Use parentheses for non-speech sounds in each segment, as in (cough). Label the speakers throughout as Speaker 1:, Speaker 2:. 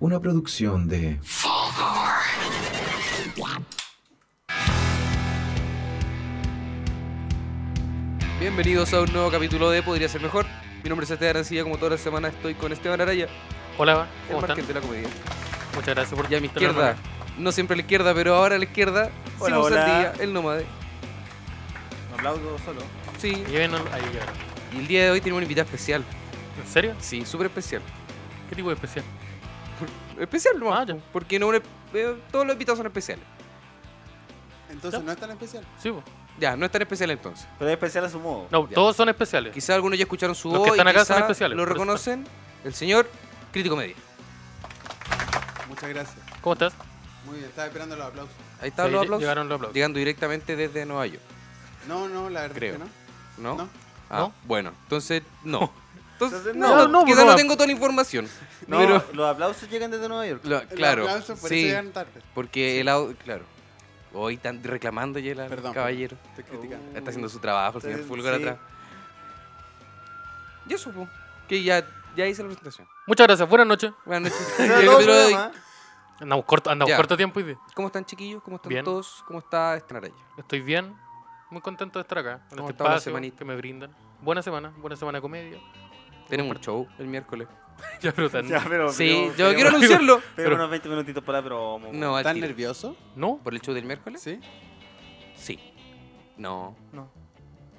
Speaker 1: Una producción de...
Speaker 2: Bienvenidos a un nuevo capítulo de Podría Ser Mejor. Mi nombre es Esteban Arancilla, como todas las semanas estoy con Esteban Araya,
Speaker 3: Hola,
Speaker 2: el
Speaker 3: ¿cómo están?
Speaker 2: margen de la comedia.
Speaker 3: Muchas gracias por
Speaker 2: Y a mi
Speaker 3: invitarme
Speaker 2: izquierda, no siempre a la izquierda, pero ahora a la izquierda,
Speaker 4: Hola,
Speaker 2: Simón
Speaker 4: hola.
Speaker 2: Saldivia, el nómade.
Speaker 4: No aplaudo solo.
Speaker 2: Sí,
Speaker 3: hermano. Lleven al- ahí, llegaron.
Speaker 2: y el día de hoy tenemos una invitada especial.
Speaker 3: ¿En serio?
Speaker 2: Sí, súper especial.
Speaker 3: ¿Qué tipo de especial?
Speaker 2: Especial, nomás,
Speaker 3: Ah, ya.
Speaker 2: porque no una- eh, todos los invitados son especiales.
Speaker 5: Entonces
Speaker 3: Ya.
Speaker 5: no es tan especial.
Speaker 3: Sí, po.
Speaker 2: Ya, no es tan especial entonces.
Speaker 4: Pero es especial a su modo.
Speaker 3: No,
Speaker 2: Ya.
Speaker 3: todos son especiales.
Speaker 2: Quizás algunos ya escucharon su
Speaker 3: Los
Speaker 2: voz
Speaker 3: que están
Speaker 2: y
Speaker 3: acá son
Speaker 2: quizá
Speaker 3: especiales,
Speaker 2: lo
Speaker 3: por eso
Speaker 2: reconocen, el señor Crítico Media.
Speaker 5: Muchas gracias.
Speaker 3: ¿Cómo estás?
Speaker 5: Muy bien, estaba esperando los aplausos.
Speaker 2: Ahí están
Speaker 3: Sí,
Speaker 2: los
Speaker 3: lle-
Speaker 2: aplausos,
Speaker 3: Llegaron los aplausos.
Speaker 2: llegando directamente desde Nueva York,
Speaker 5: No, no, la verdad
Speaker 2: Creo.
Speaker 5: es que no.
Speaker 2: ¿no?
Speaker 5: No.
Speaker 2: Ah,
Speaker 3: ¿No?
Speaker 2: Bueno, entonces
Speaker 3: (laughs)
Speaker 2: no. Entonces,
Speaker 4: Entonces,
Speaker 2: no,
Speaker 4: no.
Speaker 3: No, no,
Speaker 2: quizá
Speaker 3: no.
Speaker 2: no tengo toda la información.
Speaker 4: No,
Speaker 2: pero-
Speaker 4: los aplausos llegan desde Nueva
Speaker 2: (laughs)
Speaker 4: York.
Speaker 2: Lo-
Speaker 5: Los
Speaker 2: claro,
Speaker 5: aplausos por
Speaker 2: sí,
Speaker 5: eso llegan tarde.
Speaker 2: porque el audio, claro. Hoy están reclamando ya el
Speaker 5: Perdón,
Speaker 2: caballero.
Speaker 5: Estoy criticando.
Speaker 2: Está haciendo su trabajo, el señor
Speaker 4: Entonces,
Speaker 2: Fulgor
Speaker 4: sí.
Speaker 2: atrás. Yo supo que ya, ya hice la presentación.
Speaker 3: Muchas gracias, buenas noches.
Speaker 2: Buenas noches. (laughs)
Speaker 4: Pero
Speaker 2: El
Speaker 4: todo
Speaker 2: capítulo de hoy.
Speaker 4: programa,
Speaker 3: Andamos corto, andamos
Speaker 2: Ya.
Speaker 3: corto tiempo hoy día.
Speaker 2: ¿Cómo están chiquillos? ¿Cómo están
Speaker 3: Bien.
Speaker 2: todos? ¿Cómo está Estanaraya?
Speaker 3: Estoy bien, muy contento de estar acá. En
Speaker 2: ¿Cómo
Speaker 3: este
Speaker 2: ha estado la
Speaker 3: espacio
Speaker 2: semanita?
Speaker 3: que me brindan. Buena semana, buena semana
Speaker 2: (laughs)
Speaker 3: de comedia.
Speaker 2: Tenemos un show el miércoles.
Speaker 3: ya, pero tan-
Speaker 4: Ya, pero,
Speaker 2: Sí,
Speaker 4: pero-
Speaker 2: yo
Speaker 4: pero-
Speaker 2: quiero anunciarlo.
Speaker 4: Pero
Speaker 3: pero-
Speaker 4: unos 20 minutitos para la promo.
Speaker 2: No, al
Speaker 5: ¿Estás
Speaker 2: tiro.
Speaker 5: nervioso?
Speaker 3: ¿No?
Speaker 2: ¿Por el show del miércoles?
Speaker 5: ¿Sí?
Speaker 2: Sí. No.
Speaker 3: No.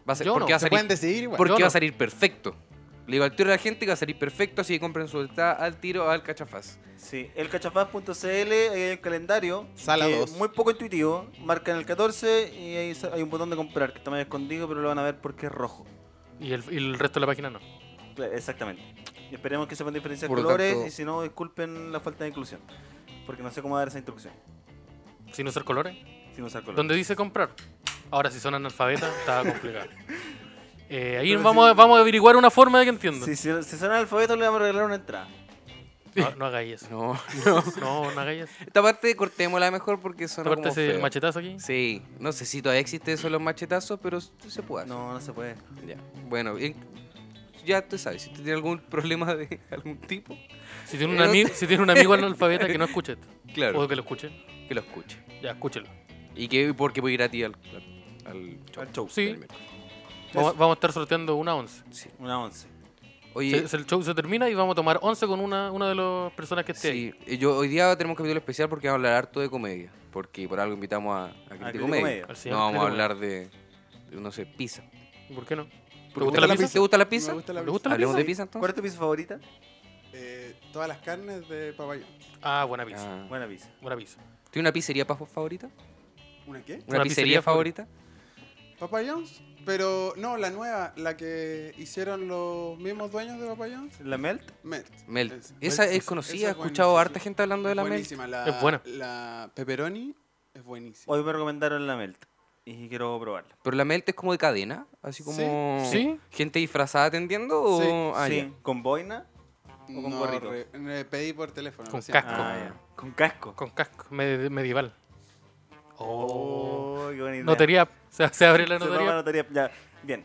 Speaker 2: Va a ser,
Speaker 3: Yo
Speaker 2: porque
Speaker 3: no.
Speaker 2: va a
Speaker 5: ¿Se
Speaker 2: salir
Speaker 5: pueden decidir igual?
Speaker 2: Porque
Speaker 3: Yo
Speaker 2: va a
Speaker 3: no.
Speaker 2: salir perfecto. Le digo al tiro a la gente que va a salir perfecto, así que compren su entrada al tiro al cachafaz.
Speaker 4: Sí, elcachafaz.cl hay el calendario.
Speaker 5: Sala
Speaker 4: que es
Speaker 5: dos.
Speaker 4: Muy poco intuitivo. Marcan el 14 y ahí sa- hay un botón de comprar que está medio escondido, pero lo van a ver porque es rojo.
Speaker 3: Y el, y el resto de la página no.
Speaker 4: Cla- Exactamente. Y esperemos que sepan diferenciar
Speaker 2: Por lo
Speaker 4: colores
Speaker 2: tanto-
Speaker 4: y si no, disculpen la falta de inclusión. Porque no sé cómo dar esa instrucción
Speaker 3: Sin usar colores.
Speaker 4: sin usar colores.
Speaker 3: ¿Dónde dice comprar? Ahora, si son analfabetas, (laughs) está complicado. Eh, ahí
Speaker 4: Pero
Speaker 3: vamos,
Speaker 4: sí.
Speaker 3: a, vamos a averiguar una forma de que entiendan.
Speaker 4: Si, si, si son alfabetos, le vamos a regalar una entrada.
Speaker 3: No, no hagáis eso.
Speaker 2: (laughs) No.
Speaker 3: No, no hagáis eso.
Speaker 2: Esta parte cortémosla mejor porque son
Speaker 3: Aparte
Speaker 2: como
Speaker 3: ese
Speaker 2: feo.
Speaker 3: machetazo
Speaker 2: (laughs)
Speaker 3: aquí.
Speaker 2: Sí, no sé si todavía existe eso de los machetazos, pero s- se puede. hacer.
Speaker 4: No, no se puede.
Speaker 2: Ya. Bueno, y- ya tú sabes, si tú tienes algún problema de (laughs) algún tipo,
Speaker 3: Si tiene, un
Speaker 2: Pero-
Speaker 3: ami- si tiene un amigo analfabeta que no escuche esto,
Speaker 2: claro,
Speaker 3: o que lo escuche,
Speaker 2: que lo escuche.
Speaker 3: ya, escúchelo.
Speaker 2: Y que porque voy a ir a ti al, al- al show.
Speaker 4: Al show.
Speaker 3: Sí.
Speaker 2: del miércoles.
Speaker 3: Vamos, vamos a estar sorteando una once.
Speaker 2: Sí.
Speaker 4: Una once.
Speaker 2: Oye,
Speaker 3: Se- se- el show se termina y vamos a tomar once con una, una de las personas que esté ahí.
Speaker 2: Sí, y yo, hoy día tenemos un capítulo especial porque vamos a hablar harto de comedia. Porque por algo invitamos a, a Crítico
Speaker 4: Crítico
Speaker 2: Comedia.
Speaker 4: Media.
Speaker 3: Al señor
Speaker 2: No vamos a
Speaker 3: Crítico Media.
Speaker 2: hablar de, de, no sé, pizza.
Speaker 3: ¿Por qué no?
Speaker 2: ¿Te
Speaker 3: ¿Te gusta la pizza?
Speaker 2: ¿Te gusta la pizza?
Speaker 5: Me gusta la
Speaker 3: ¿Te
Speaker 5: pizza.
Speaker 3: gusta la
Speaker 2: ¿Hablemos de
Speaker 3: pizza?
Speaker 2: pizza entonces?
Speaker 4: ¿Cuál es tu pizza favorita?
Speaker 5: Eh, todas las carnes de papayón.
Speaker 3: Ah, buena pizza.
Speaker 2: Ah.
Speaker 4: Buena pizza.
Speaker 3: Buena pizza.
Speaker 2: ¿Tiene una pizzería pa- favorita?
Speaker 5: ¿Una qué?
Speaker 2: ¿Una, pizzería
Speaker 3: Una pizzería
Speaker 2: favorita?
Speaker 5: ¿Papayons? Pero no, la nueva, la que hicieron los mismos dueños de papayón.
Speaker 4: ¿La melt?
Speaker 5: Melt.
Speaker 2: Mel.
Speaker 5: Esa-
Speaker 2: Esa
Speaker 5: esa
Speaker 2: es conocida, he
Speaker 5: buena,
Speaker 2: escuchado
Speaker 5: sí,
Speaker 2: a harta
Speaker 5: sí.
Speaker 2: gente hablando de la Mel.
Speaker 5: buenísima, la
Speaker 3: Es buena.
Speaker 5: La pepperoni es buenísima.
Speaker 4: Hoy me recomendaron la melt y quiero probarla.
Speaker 2: Pero la Mel es como de cadena, así
Speaker 5: Sí.
Speaker 2: como
Speaker 3: Sí.
Speaker 2: gente disfrazada atendiendo o...
Speaker 5: Sí.
Speaker 2: Ah,
Speaker 4: sí,
Speaker 2: ya.
Speaker 4: con boina, o con gorrito.
Speaker 5: re- re- pedí por teléfono.
Speaker 3: Con
Speaker 5: lo siento.
Speaker 3: casco.
Speaker 4: Ah, ya. con casco.
Speaker 3: Con casco med- medieval. Oh.
Speaker 4: Oh, qué bonita.
Speaker 3: Notería. Se, se abre la
Speaker 4: Se llama
Speaker 3: notería.
Speaker 4: notaría. Ya, bien.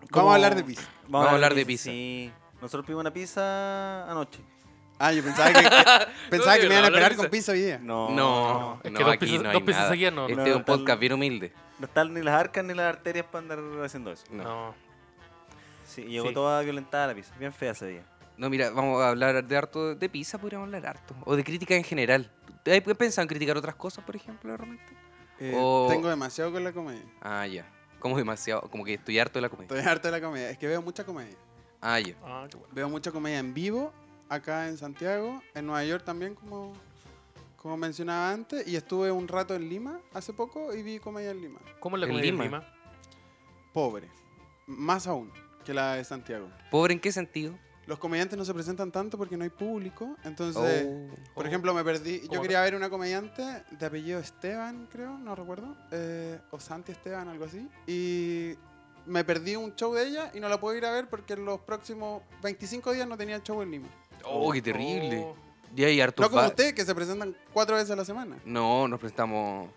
Speaker 5: Vamos
Speaker 4: ¿Cómo-
Speaker 5: a hablar de pizza.
Speaker 2: Vamos a hablar de pizza.
Speaker 4: Sí. Nosotros pedimos una pizza anoche.
Speaker 5: Ah, yo pensaba que,
Speaker 2: (laughs)
Speaker 5: que- pensaba
Speaker 2: No,
Speaker 5: que
Speaker 2: yo no
Speaker 5: me iban a
Speaker 2: hablo de
Speaker 5: esperar
Speaker 2: pizza.
Speaker 5: con pizza hoy día.
Speaker 4: No.
Speaker 2: No,
Speaker 3: Es que
Speaker 2: no,
Speaker 3: dos
Speaker 2: aquí
Speaker 3: pizzas-
Speaker 2: no hay
Speaker 3: dos pizzas
Speaker 2: nada.
Speaker 3: seguidas no-
Speaker 2: Este
Speaker 4: no,
Speaker 2: es un
Speaker 4: tal-
Speaker 2: podcast bien humilde.
Speaker 4: No están ni las arcas ni las arterias para andar haciendo eso.
Speaker 2: no.
Speaker 3: No.
Speaker 4: Sí, y llegó
Speaker 3: Sí.
Speaker 4: toda violentada la pizza. Bien fea ese día.
Speaker 2: No, mira, vamos a hablar de harto de pizza, podríamos hablar harto. O de crítica en general. ¿Has pensado en criticar otras cosas, por ejemplo, de repente?
Speaker 5: Eh,
Speaker 2: O-
Speaker 5: Tengo demasiado con la comedia.
Speaker 2: Ah, ya. Como demasiado, como que estoy harto de la comedia.
Speaker 5: Estoy harto de la comedia. Es que veo mucha comedia.
Speaker 2: Ah, ya.
Speaker 3: Ah, qué bueno.
Speaker 5: Veo mucha comedia en vivo, acá en Santiago, en Nueva York también, como, como mencionaba antes. Y estuve un rato en Lima hace poco y vi comedia en Lima.
Speaker 3: ¿Cómo es la
Speaker 2: En
Speaker 3: comedia en
Speaker 2: Lima.
Speaker 3: Lima?
Speaker 5: Pobre. Más aún que la de Santiago.
Speaker 2: ¿Pobre en qué sentido?
Speaker 5: Los comediantes no se presentan tanto porque no hay público. Entonces,
Speaker 2: Oh.
Speaker 5: por
Speaker 3: oh.
Speaker 5: ejemplo, me perdí. Yo
Speaker 3: ¿Cómo
Speaker 5: quería ver una comediante de apellido Esteban, creo, no recuerdo. eh, o Santi Esteban, algo así. Y me perdí un show de ella y no la puedo ir a ver porque en los próximos 25 días no tenía show en Lima.
Speaker 2: Oh, qué terrible. Y hay harto
Speaker 5: No como usted, que se presentan cuatro veces a la semana.
Speaker 2: No, nos prestamos.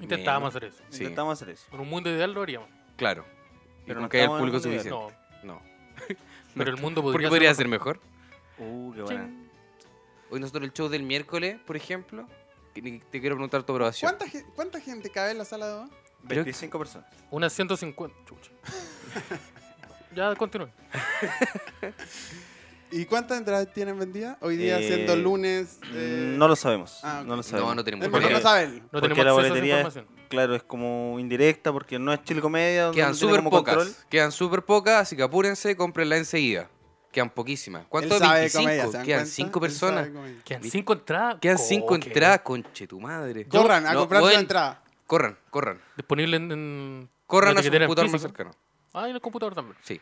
Speaker 3: Intentábamos
Speaker 2: menos.
Speaker 3: hacer eso.
Speaker 2: Sí.
Speaker 4: Intentamos hacer eso.
Speaker 3: Con un mundo ideal lo haríamos.
Speaker 2: Claro. Pero
Speaker 4: Pero
Speaker 2: no
Speaker 4: no
Speaker 2: que haya el
Speaker 4: estamos en
Speaker 2: público
Speaker 4: un nivel.
Speaker 2: suficiente.
Speaker 3: No,
Speaker 2: No.
Speaker 3: pero el mundo
Speaker 2: ¿Por
Speaker 3: podría
Speaker 2: qué podría
Speaker 3: mejor.
Speaker 2: ser mejor?
Speaker 4: Uh, qué buena.
Speaker 3: Ching.
Speaker 2: Hoy nosotros el show del miércoles, por ejemplo, que ni- te quiero preguntar tu aprobación.
Speaker 5: ¿Cuánta, gen- ¿Cuánta gente cabe en la sala de dos?
Speaker 2: Creo que-
Speaker 4: 25 personas.
Speaker 3: Unas 150. Chucha. (laughs) ya continúe.
Speaker 5: ¿Y cuántas entradas tienen vendidas? Hoy día,
Speaker 4: Eh,
Speaker 5: siendo lunes. eh,
Speaker 4: No lo sabemos.
Speaker 5: ah, ok.
Speaker 4: No lo sabemos.
Speaker 2: No, no tenemos
Speaker 5: Es mejor
Speaker 2: idea.
Speaker 5: no saben.
Speaker 3: No
Speaker 4: porque
Speaker 3: tenemos
Speaker 4: la
Speaker 3: acceso a esa
Speaker 4: boletería, es-
Speaker 3: información.
Speaker 4: claro, es como indirecta, porque no es Chile Comedia. donde
Speaker 2: Quedan
Speaker 4: no tiene
Speaker 2: súper
Speaker 4: como
Speaker 2: pocas.
Speaker 4: control.
Speaker 2: Quedan súper pocas, así que apúrense, cómprenla enseguida. Quedan poquísimas. ¿Cuánto?
Speaker 5: Él sabe de
Speaker 2: 25.
Speaker 5: comedia, ¿se dan
Speaker 2: Quedan
Speaker 5: cuenta?
Speaker 2: 5
Speaker 5: Él sabe
Speaker 2: personas.
Speaker 5: de comedia.
Speaker 3: Quedan
Speaker 2: Vi-
Speaker 3: 5 entradas. Oh,
Speaker 2: Quedan 5
Speaker 3: Coque.
Speaker 2: entradas, conche tu madre.
Speaker 5: Corran a
Speaker 2: No,
Speaker 5: comprar su
Speaker 2: weón,
Speaker 5: entrada.
Speaker 2: Corran, corran.
Speaker 3: Disponible en. en
Speaker 2: Corran
Speaker 3: la
Speaker 2: a su
Speaker 3: tiquetera en
Speaker 2: computador más
Speaker 3: físico.
Speaker 2: cercano.
Speaker 3: Ah, y en el computador también.
Speaker 2: Sí.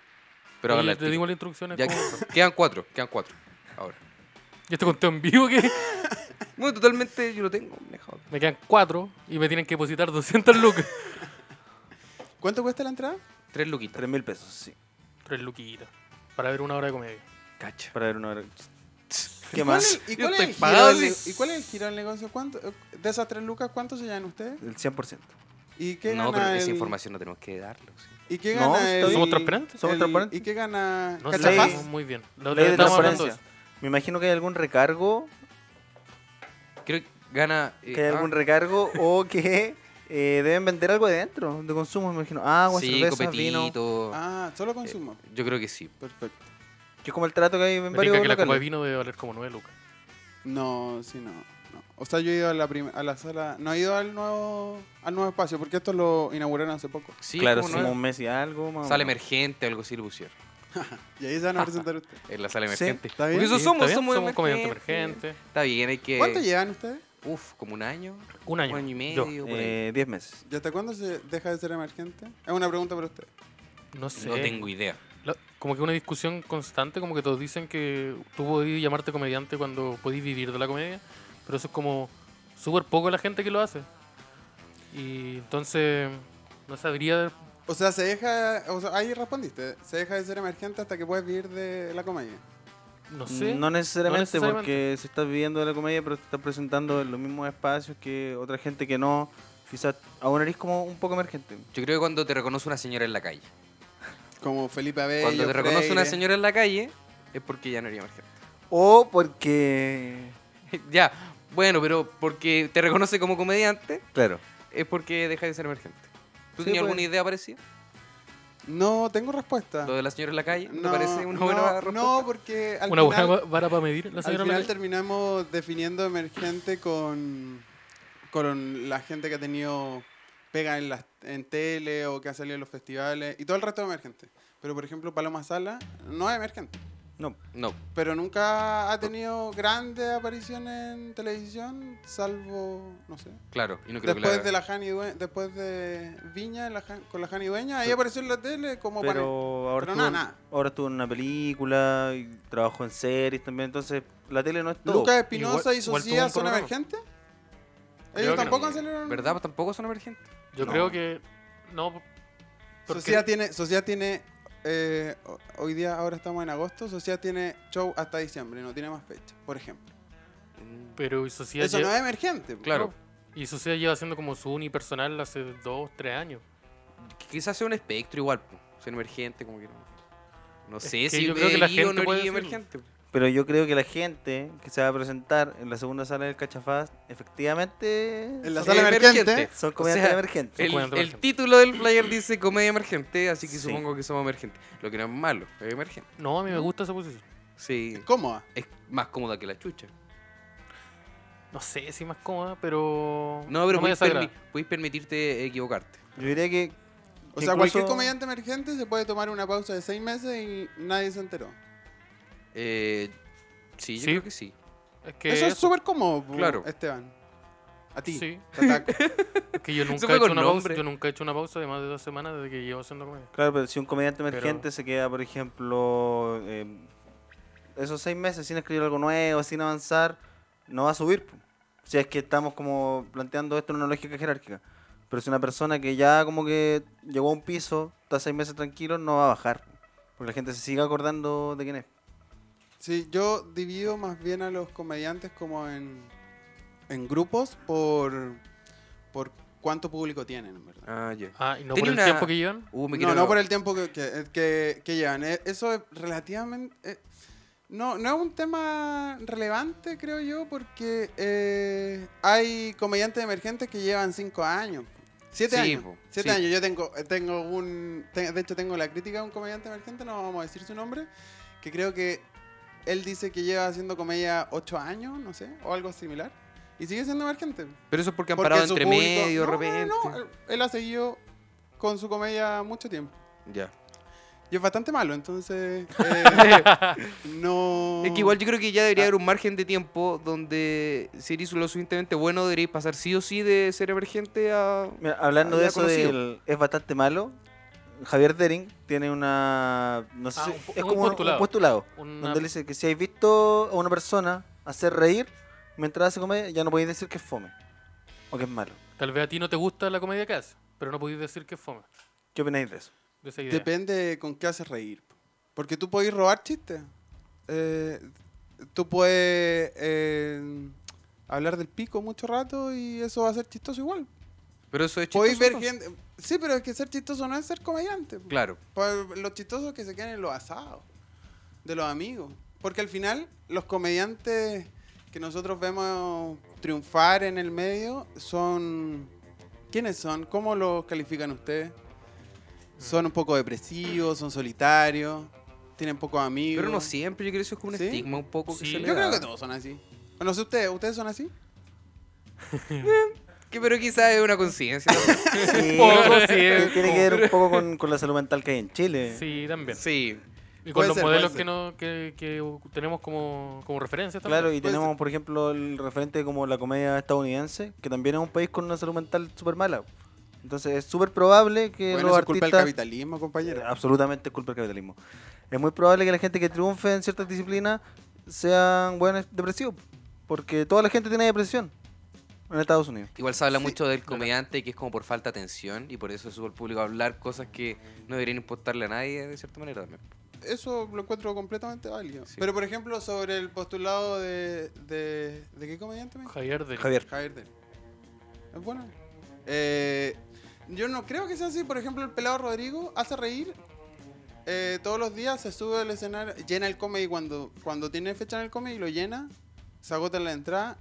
Speaker 2: Pero
Speaker 3: Oye,
Speaker 2: háganla al
Speaker 3: te
Speaker 2: tiro.
Speaker 3: dimos las instrucciones.
Speaker 2: Ya
Speaker 3: cómo-
Speaker 2: que- (laughs) quedan cuatro, quedan cuatro. Ahora.
Speaker 3: (laughs) Y este conteo en vivo que (laughs)
Speaker 2: Bueno, totalmente yo lo tengo manejado.
Speaker 3: me quedan 4 y me tienen que depositar 200 (laughs) lucas.
Speaker 5: ¿Cuánto cuesta la entrada?
Speaker 2: Tres luquitas.
Speaker 4: 3 mil pesos, sí.
Speaker 3: 3 luquitas. Para ver una hora de comedia.
Speaker 2: Cacha.
Speaker 4: Para ver una
Speaker 2: (laughs)
Speaker 4: hora. ¿Qué
Speaker 5: ¿Y cuál
Speaker 4: más?
Speaker 5: es- ¿Y
Speaker 2: Yo
Speaker 5: cuál, es
Speaker 2: estoy
Speaker 5: el giro
Speaker 2: pagado,
Speaker 5: del ne-
Speaker 2: sí.
Speaker 5: ¿Y cuál es el giro del negocio? ¿Cuánto, de esas tres lucas, ¿cuántos se llevan ustedes?
Speaker 4: El 100%.
Speaker 5: ¿Y qué
Speaker 2: No,
Speaker 5: gana
Speaker 2: pero esa
Speaker 5: el-
Speaker 2: información no tenemos que darlo. sí.
Speaker 5: ¿Y qué
Speaker 4: No,
Speaker 5: gana
Speaker 4: está
Speaker 5: el-
Speaker 4: bien.
Speaker 3: Somos transparentes.
Speaker 4: Somos
Speaker 5: el-
Speaker 4: transparentes.
Speaker 5: ¿Y qué gana
Speaker 3: No
Speaker 4: sé.
Speaker 5: Cachafaz?
Speaker 3: sabemos muy bien. La otra
Speaker 4: Ley
Speaker 3: vez
Speaker 4: de
Speaker 3: estábamos hablando de
Speaker 4: transparencia. Me imagino que hay algún recargo,
Speaker 2: Creo que gana. eh,
Speaker 4: que hay
Speaker 2: ah,
Speaker 4: algún recargo (laughs) o que eh, deben vender algo de dentro, de consumo, me imagino. Agua,
Speaker 2: sí,
Speaker 4: cerveza, vino.
Speaker 2: copetito.
Speaker 5: Ah,
Speaker 2: Eh.
Speaker 5: solo consumo.
Speaker 2: Yo creo que sí.
Speaker 5: Perfecto.
Speaker 4: Que es como el trato que hay en
Speaker 3: eso. Me tinca
Speaker 4: varios
Speaker 3: que la copa de
Speaker 4: locales.
Speaker 3: vino debe valer como 9 lucas.
Speaker 5: No, sí, no. no. O sea, yo he ido a la, prim- a la sala. No he ido al nuevo, al nuevo espacio, porque esto lo inauguraron hace poco.
Speaker 2: Sí,
Speaker 4: claro,
Speaker 2: ¿cómo
Speaker 4: sí,
Speaker 2: no?
Speaker 4: como un mes y algo. más o
Speaker 2: Sala
Speaker 4: menos.
Speaker 2: emergente, algo así lo pusieron.
Speaker 5: Y ahí se van a presentar ustedes.
Speaker 2: En la sala
Speaker 4: Sí,
Speaker 2: emergente.
Speaker 5: está bien.
Speaker 2: Porque eso
Speaker 3: Sí,
Speaker 2: somos,
Speaker 3: está bien,
Speaker 2: somos,
Speaker 3: somos comediantes
Speaker 2: emergentes.
Speaker 3: emergentes.
Speaker 2: Está bien, hay que.
Speaker 5: ¿Cuánto llevan ustedes?
Speaker 2: Uf, como un año.
Speaker 3: Un año.
Speaker 2: Un año y
Speaker 3: Yo.
Speaker 2: medio. por ahí.
Speaker 4: Eh, 10 meses.
Speaker 5: ¿Y hasta cuándo se deja de ser emergente? Es una pregunta para usted.
Speaker 3: No sé.
Speaker 2: No tengo idea.
Speaker 3: La- como que una discusión constante, como que todos dicen que tú podís llamarte comediante cuando podís vivir de la comedia, pero eso es como súper poco la gente que lo hace. Y entonces no sabría...
Speaker 5: O sea, se deja. O sea, ahí respondiste. Se deja de ser emergente hasta que puedes vivir de la comedia.
Speaker 3: No sé.
Speaker 4: No
Speaker 3: No
Speaker 4: necesariamente,
Speaker 3: necesariamente.
Speaker 4: porque si estás viviendo de la comedia, pero te estás presentando en los mismos espacios que otra gente que no, quizás aún eres como un poco emergente.
Speaker 2: Yo creo que cuando te reconoce una señora en la calle.
Speaker 5: Como Felipe Abello.
Speaker 2: Cuando te reconoce una
Speaker 5: Freire.
Speaker 2: señora en la calle, es porque ya no eres emergente. (laughs)
Speaker 4: O porque...
Speaker 2: ya, bueno, pero porque te reconoce como comediante,
Speaker 4: Claro.
Speaker 2: es porque deja de ser emergente. ¿Tú
Speaker 4: Sí,
Speaker 2: tenías
Speaker 4: pues.
Speaker 2: alguna idea parecida?
Speaker 5: No tengo respuesta.
Speaker 2: Lo de la señora en la calle, ¿te
Speaker 5: Ah. No,
Speaker 2: parece una
Speaker 5: no,
Speaker 2: buena
Speaker 5: no,
Speaker 2: respuesta?
Speaker 5: porque al
Speaker 3: Una
Speaker 5: final,
Speaker 3: buena va- vara para medir la
Speaker 5: al
Speaker 3: señora
Speaker 5: final
Speaker 3: Mel.
Speaker 5: terminamos definiendo emergente con, con la gente que ha tenido pega en, las en tele o que ha salido en los festivales y todo el resto de emergente. Pero por ejemplo, Paloma Sala no es emergente,
Speaker 4: No.
Speaker 2: No,
Speaker 5: pero nunca ha tenido grandes apariciones en televisión, salvo, no sé,
Speaker 2: claro. Y no creo
Speaker 5: después
Speaker 2: que
Speaker 5: de la Hany Due- después de Viña en la Han- con la Hany Dueña, ahí apareció en la tele como
Speaker 4: Pero
Speaker 5: panel.
Speaker 4: ahora,
Speaker 5: Pero
Speaker 4: estuvo,
Speaker 5: nada,
Speaker 4: en-
Speaker 5: nada.
Speaker 4: ahora estuvo en una película, y trabajó en series también, entonces la tele no es todo.
Speaker 5: Lucas Espinosa
Speaker 3: Igual-
Speaker 5: y
Speaker 3: igual tuvo
Speaker 5: Sociedad
Speaker 3: un
Speaker 5: son
Speaker 3: programa.
Speaker 5: emergentes.
Speaker 3: Creo
Speaker 5: Ellos
Speaker 3: que
Speaker 5: tampoco
Speaker 2: no.
Speaker 5: han salido en-
Speaker 2: ¿Verdad? Pues Tampoco son emergentes.
Speaker 3: Yo
Speaker 4: No.
Speaker 3: creo que... No, porque
Speaker 5: Sociedad tiene, Sociedad tiene eh, ho- hoy día, ahora estamos en agosto, Sociedad tiene show hasta diciembre, no tiene más fecha, por ejemplo.
Speaker 3: pero y Sociedad
Speaker 5: Eso
Speaker 3: lle-
Speaker 5: no es emergente. pues, po.
Speaker 2: Claro.
Speaker 3: y Sociedad lleva haciendo como su unipersonal hace 2, 3 años.
Speaker 2: Quizás sea un espectro igual, po. ser emergente, como que no. No sé
Speaker 3: que
Speaker 2: si
Speaker 3: yo creo que la
Speaker 2: vería o
Speaker 3: gente
Speaker 2: no
Speaker 3: puede
Speaker 2: vería
Speaker 3: decirlo.
Speaker 2: emergente. po.
Speaker 4: Pero yo creo que la gente que se va a presentar en la segunda sala del Cachafaz, efectivamente...
Speaker 5: En la
Speaker 4: son-
Speaker 5: sala emergente.
Speaker 4: Son
Speaker 2: O
Speaker 4: comediantes
Speaker 2: sea,
Speaker 4: emergentes.
Speaker 2: El,
Speaker 3: Son comediantes
Speaker 2: el
Speaker 3: emergentes.
Speaker 2: título del flyer dice comedia emergente, así que
Speaker 4: Sí.
Speaker 2: supongo que somos emergentes. Lo que no es malo, es emergente.
Speaker 3: No, a mí me gusta esa posición.
Speaker 2: Sí,
Speaker 5: Cómoda.
Speaker 2: es más cómoda que la chucha.
Speaker 3: No sé si más cómoda, pero...
Speaker 2: No, pero
Speaker 3: me
Speaker 2: puedes,
Speaker 3: desagrada.
Speaker 2: permi- puedes permitirte equivocarte.
Speaker 4: Yo diría que...
Speaker 5: O
Speaker 4: que
Speaker 5: sea,
Speaker 4: incluso-
Speaker 5: cualquier comediante emergente se puede tomar una pausa de seis meses y nadie se enteró.
Speaker 2: Eh, sí, yo
Speaker 3: Sí.
Speaker 2: creo que sí.
Speaker 3: Es que
Speaker 5: Eso es
Speaker 3: eso-
Speaker 5: súper cómodo, po,
Speaker 2: Claro.
Speaker 5: Esteban. A ti.
Speaker 3: Sí.
Speaker 5: te ataco.
Speaker 3: (laughs) Es que yo nunca,
Speaker 2: fue
Speaker 3: he hecho
Speaker 2: con
Speaker 3: una pausa,
Speaker 2: nombre.
Speaker 3: yo nunca he hecho una pausa de más de dos semanas desde que llevo haciendo comedia.
Speaker 4: Claro, pero si un comediante
Speaker 3: Pero-
Speaker 4: emergente se queda, por ejemplo, eh, esos seis meses sin escribir algo nuevo, sin avanzar, no va a subir. po. Si es que estamos como planteando esto en una lógica jerárquica. Pero si una persona que ya como que llegó a un piso, está seis meses tranquilo, no va a bajar. Porque la gente se sigue acordando de quién es.
Speaker 5: Sí, yo divido más bien a los comediantes como en, en grupos por, por cuánto público tienen, en verdad.
Speaker 2: Ah, ya.
Speaker 3: Ah, y no por
Speaker 2: Tiene
Speaker 3: el
Speaker 2: una-
Speaker 3: tiempo que llevan.
Speaker 2: Uh, me
Speaker 5: no,
Speaker 2: quiero-
Speaker 5: no por el tiempo que, que, que- que llevan. Eh, Eso es relativamente... eh, No, no es un tema relevante, creo yo, porque eh, hay comediantes emergentes que llevan cinco años. Siete
Speaker 2: Sí,
Speaker 5: años.
Speaker 2: po,
Speaker 5: Siete
Speaker 2: sí.
Speaker 5: años. Yo tengo, eh, tengo un. te- de hecho, tengo la crítica de un comediante emergente, no vamos a decir su nombre, que creo que él dice que lleva haciendo comedia ocho años, no sé, o algo similar. Y sigue siendo emergente.
Speaker 2: Pero eso es porque han
Speaker 5: Porque
Speaker 2: parado
Speaker 5: su
Speaker 2: entre
Speaker 5: público-
Speaker 2: medio, de
Speaker 5: No,
Speaker 2: repente.
Speaker 5: No, no, él- él ha seguido con su comedia mucho tiempo.
Speaker 2: Ya.
Speaker 5: Y es bastante malo, entonces.
Speaker 2: (laughs)
Speaker 5: eh, no.
Speaker 2: Es que igual yo creo que ya
Speaker 5: Ah.
Speaker 2: debería haber un margen de tiempo donde si eres lo suficientemente bueno deberíais pasar sí o sí de ser emergente a...
Speaker 4: Mira, hablando
Speaker 2: Había
Speaker 4: de eso
Speaker 2: conocido.
Speaker 4: del es bastante malo, Javier Dering tiene una... No sé
Speaker 3: Ah,
Speaker 4: si-
Speaker 3: un po-
Speaker 4: es
Speaker 3: un
Speaker 4: como un-
Speaker 3: postulado.
Speaker 4: un postulado.
Speaker 3: Una-
Speaker 4: Donde le dice que si habéis visto a una persona hacer reír mientras hace comedia, ya no podéis decir que es fome o que es malo.
Speaker 3: Tal vez a ti no te gusta la comedia que hace, pero no podéis decir que es fome.
Speaker 4: ¿Qué opináis de
Speaker 5: (laughs)
Speaker 4: eso?
Speaker 3: De esa idea.
Speaker 5: Depende con qué haces reír. po. Porque tú podés robar chistes. Eh, tú puedes eh, hablar del pico mucho rato y eso va a ser chistoso igual.
Speaker 2: Pero eso es
Speaker 5: Podéis
Speaker 2: chistoso,
Speaker 5: ver
Speaker 2: ¿no?
Speaker 5: gente. Sí, pero es que ser chistoso no es ser comediante. po.
Speaker 2: Claro.
Speaker 5: Pa- Los chistosos que se quedan en los asados de los amigos. Porque al final, los comediantes que nosotros vemos triunfar en el medio son. ¿Quiénes son? ¿Cómo los califican ustedes? Son un poco depresivos, son solitarios, tienen pocos amigos.
Speaker 2: Pero no siempre, yo creo que eso es como un
Speaker 5: ¿Sí?
Speaker 2: estigma un poco que
Speaker 3: Sí.
Speaker 2: se le
Speaker 5: Yo creo
Speaker 2: da.
Speaker 5: que todos son así. No sé ustedes, ¿ustedes son así?
Speaker 2: Que- pero quizás es una
Speaker 5: (laughs)
Speaker 2: conciencia.
Speaker 4: Sí,
Speaker 3: poco, sí,
Speaker 4: tiene
Speaker 3: es
Speaker 4: tiene
Speaker 3: como-
Speaker 4: que ver un poco con, con la salud mental que hay en Chile.
Speaker 3: Sí, también.
Speaker 2: sí.
Speaker 3: Y con
Speaker 5: Puede
Speaker 3: los
Speaker 5: ser,
Speaker 3: modelos
Speaker 5: puede
Speaker 3: que, no, que, que tenemos como, como referencia también.
Speaker 4: Claro, y
Speaker 5: Puede
Speaker 4: tenemos, por ejemplo, el referente como la comedia estadounidense, que también es un país con una salud mental súper mala. Entonces es súper probable que
Speaker 5: Bueno,
Speaker 4: los
Speaker 5: eso es culpa del
Speaker 4: artistas... ah.
Speaker 5: capitalismo, compañero.
Speaker 4: Absolutamente es culpa del capitalismo. Es muy probable que la gente que triunfe en ciertas disciplinas sean buenos depresivos, porque toda la gente tiene depresión en Estados Unidos.
Speaker 2: Igual se habla
Speaker 5: Sí,
Speaker 2: mucho del comediante que es como por falta de atención y por eso es al público a hablar cosas que no deberían importarle a nadie de cierta manera también.
Speaker 5: Eso lo encuentro completamente válido.
Speaker 2: Sí.
Speaker 5: Pero, por ejemplo, sobre el postulado de. ¿De, ¿de qué comediante me dijiste?
Speaker 3: Javier de...
Speaker 4: Javier.
Speaker 5: Javier Del. Es Ah, bueno. Eh, yo no creo que sea así. Por ejemplo, el pelado Rodrigo hace reír eh, todos los días, se sube al escenario, llena el comedy cuando, cuando tiene fecha en el comedy, lo llena, se agota la entrada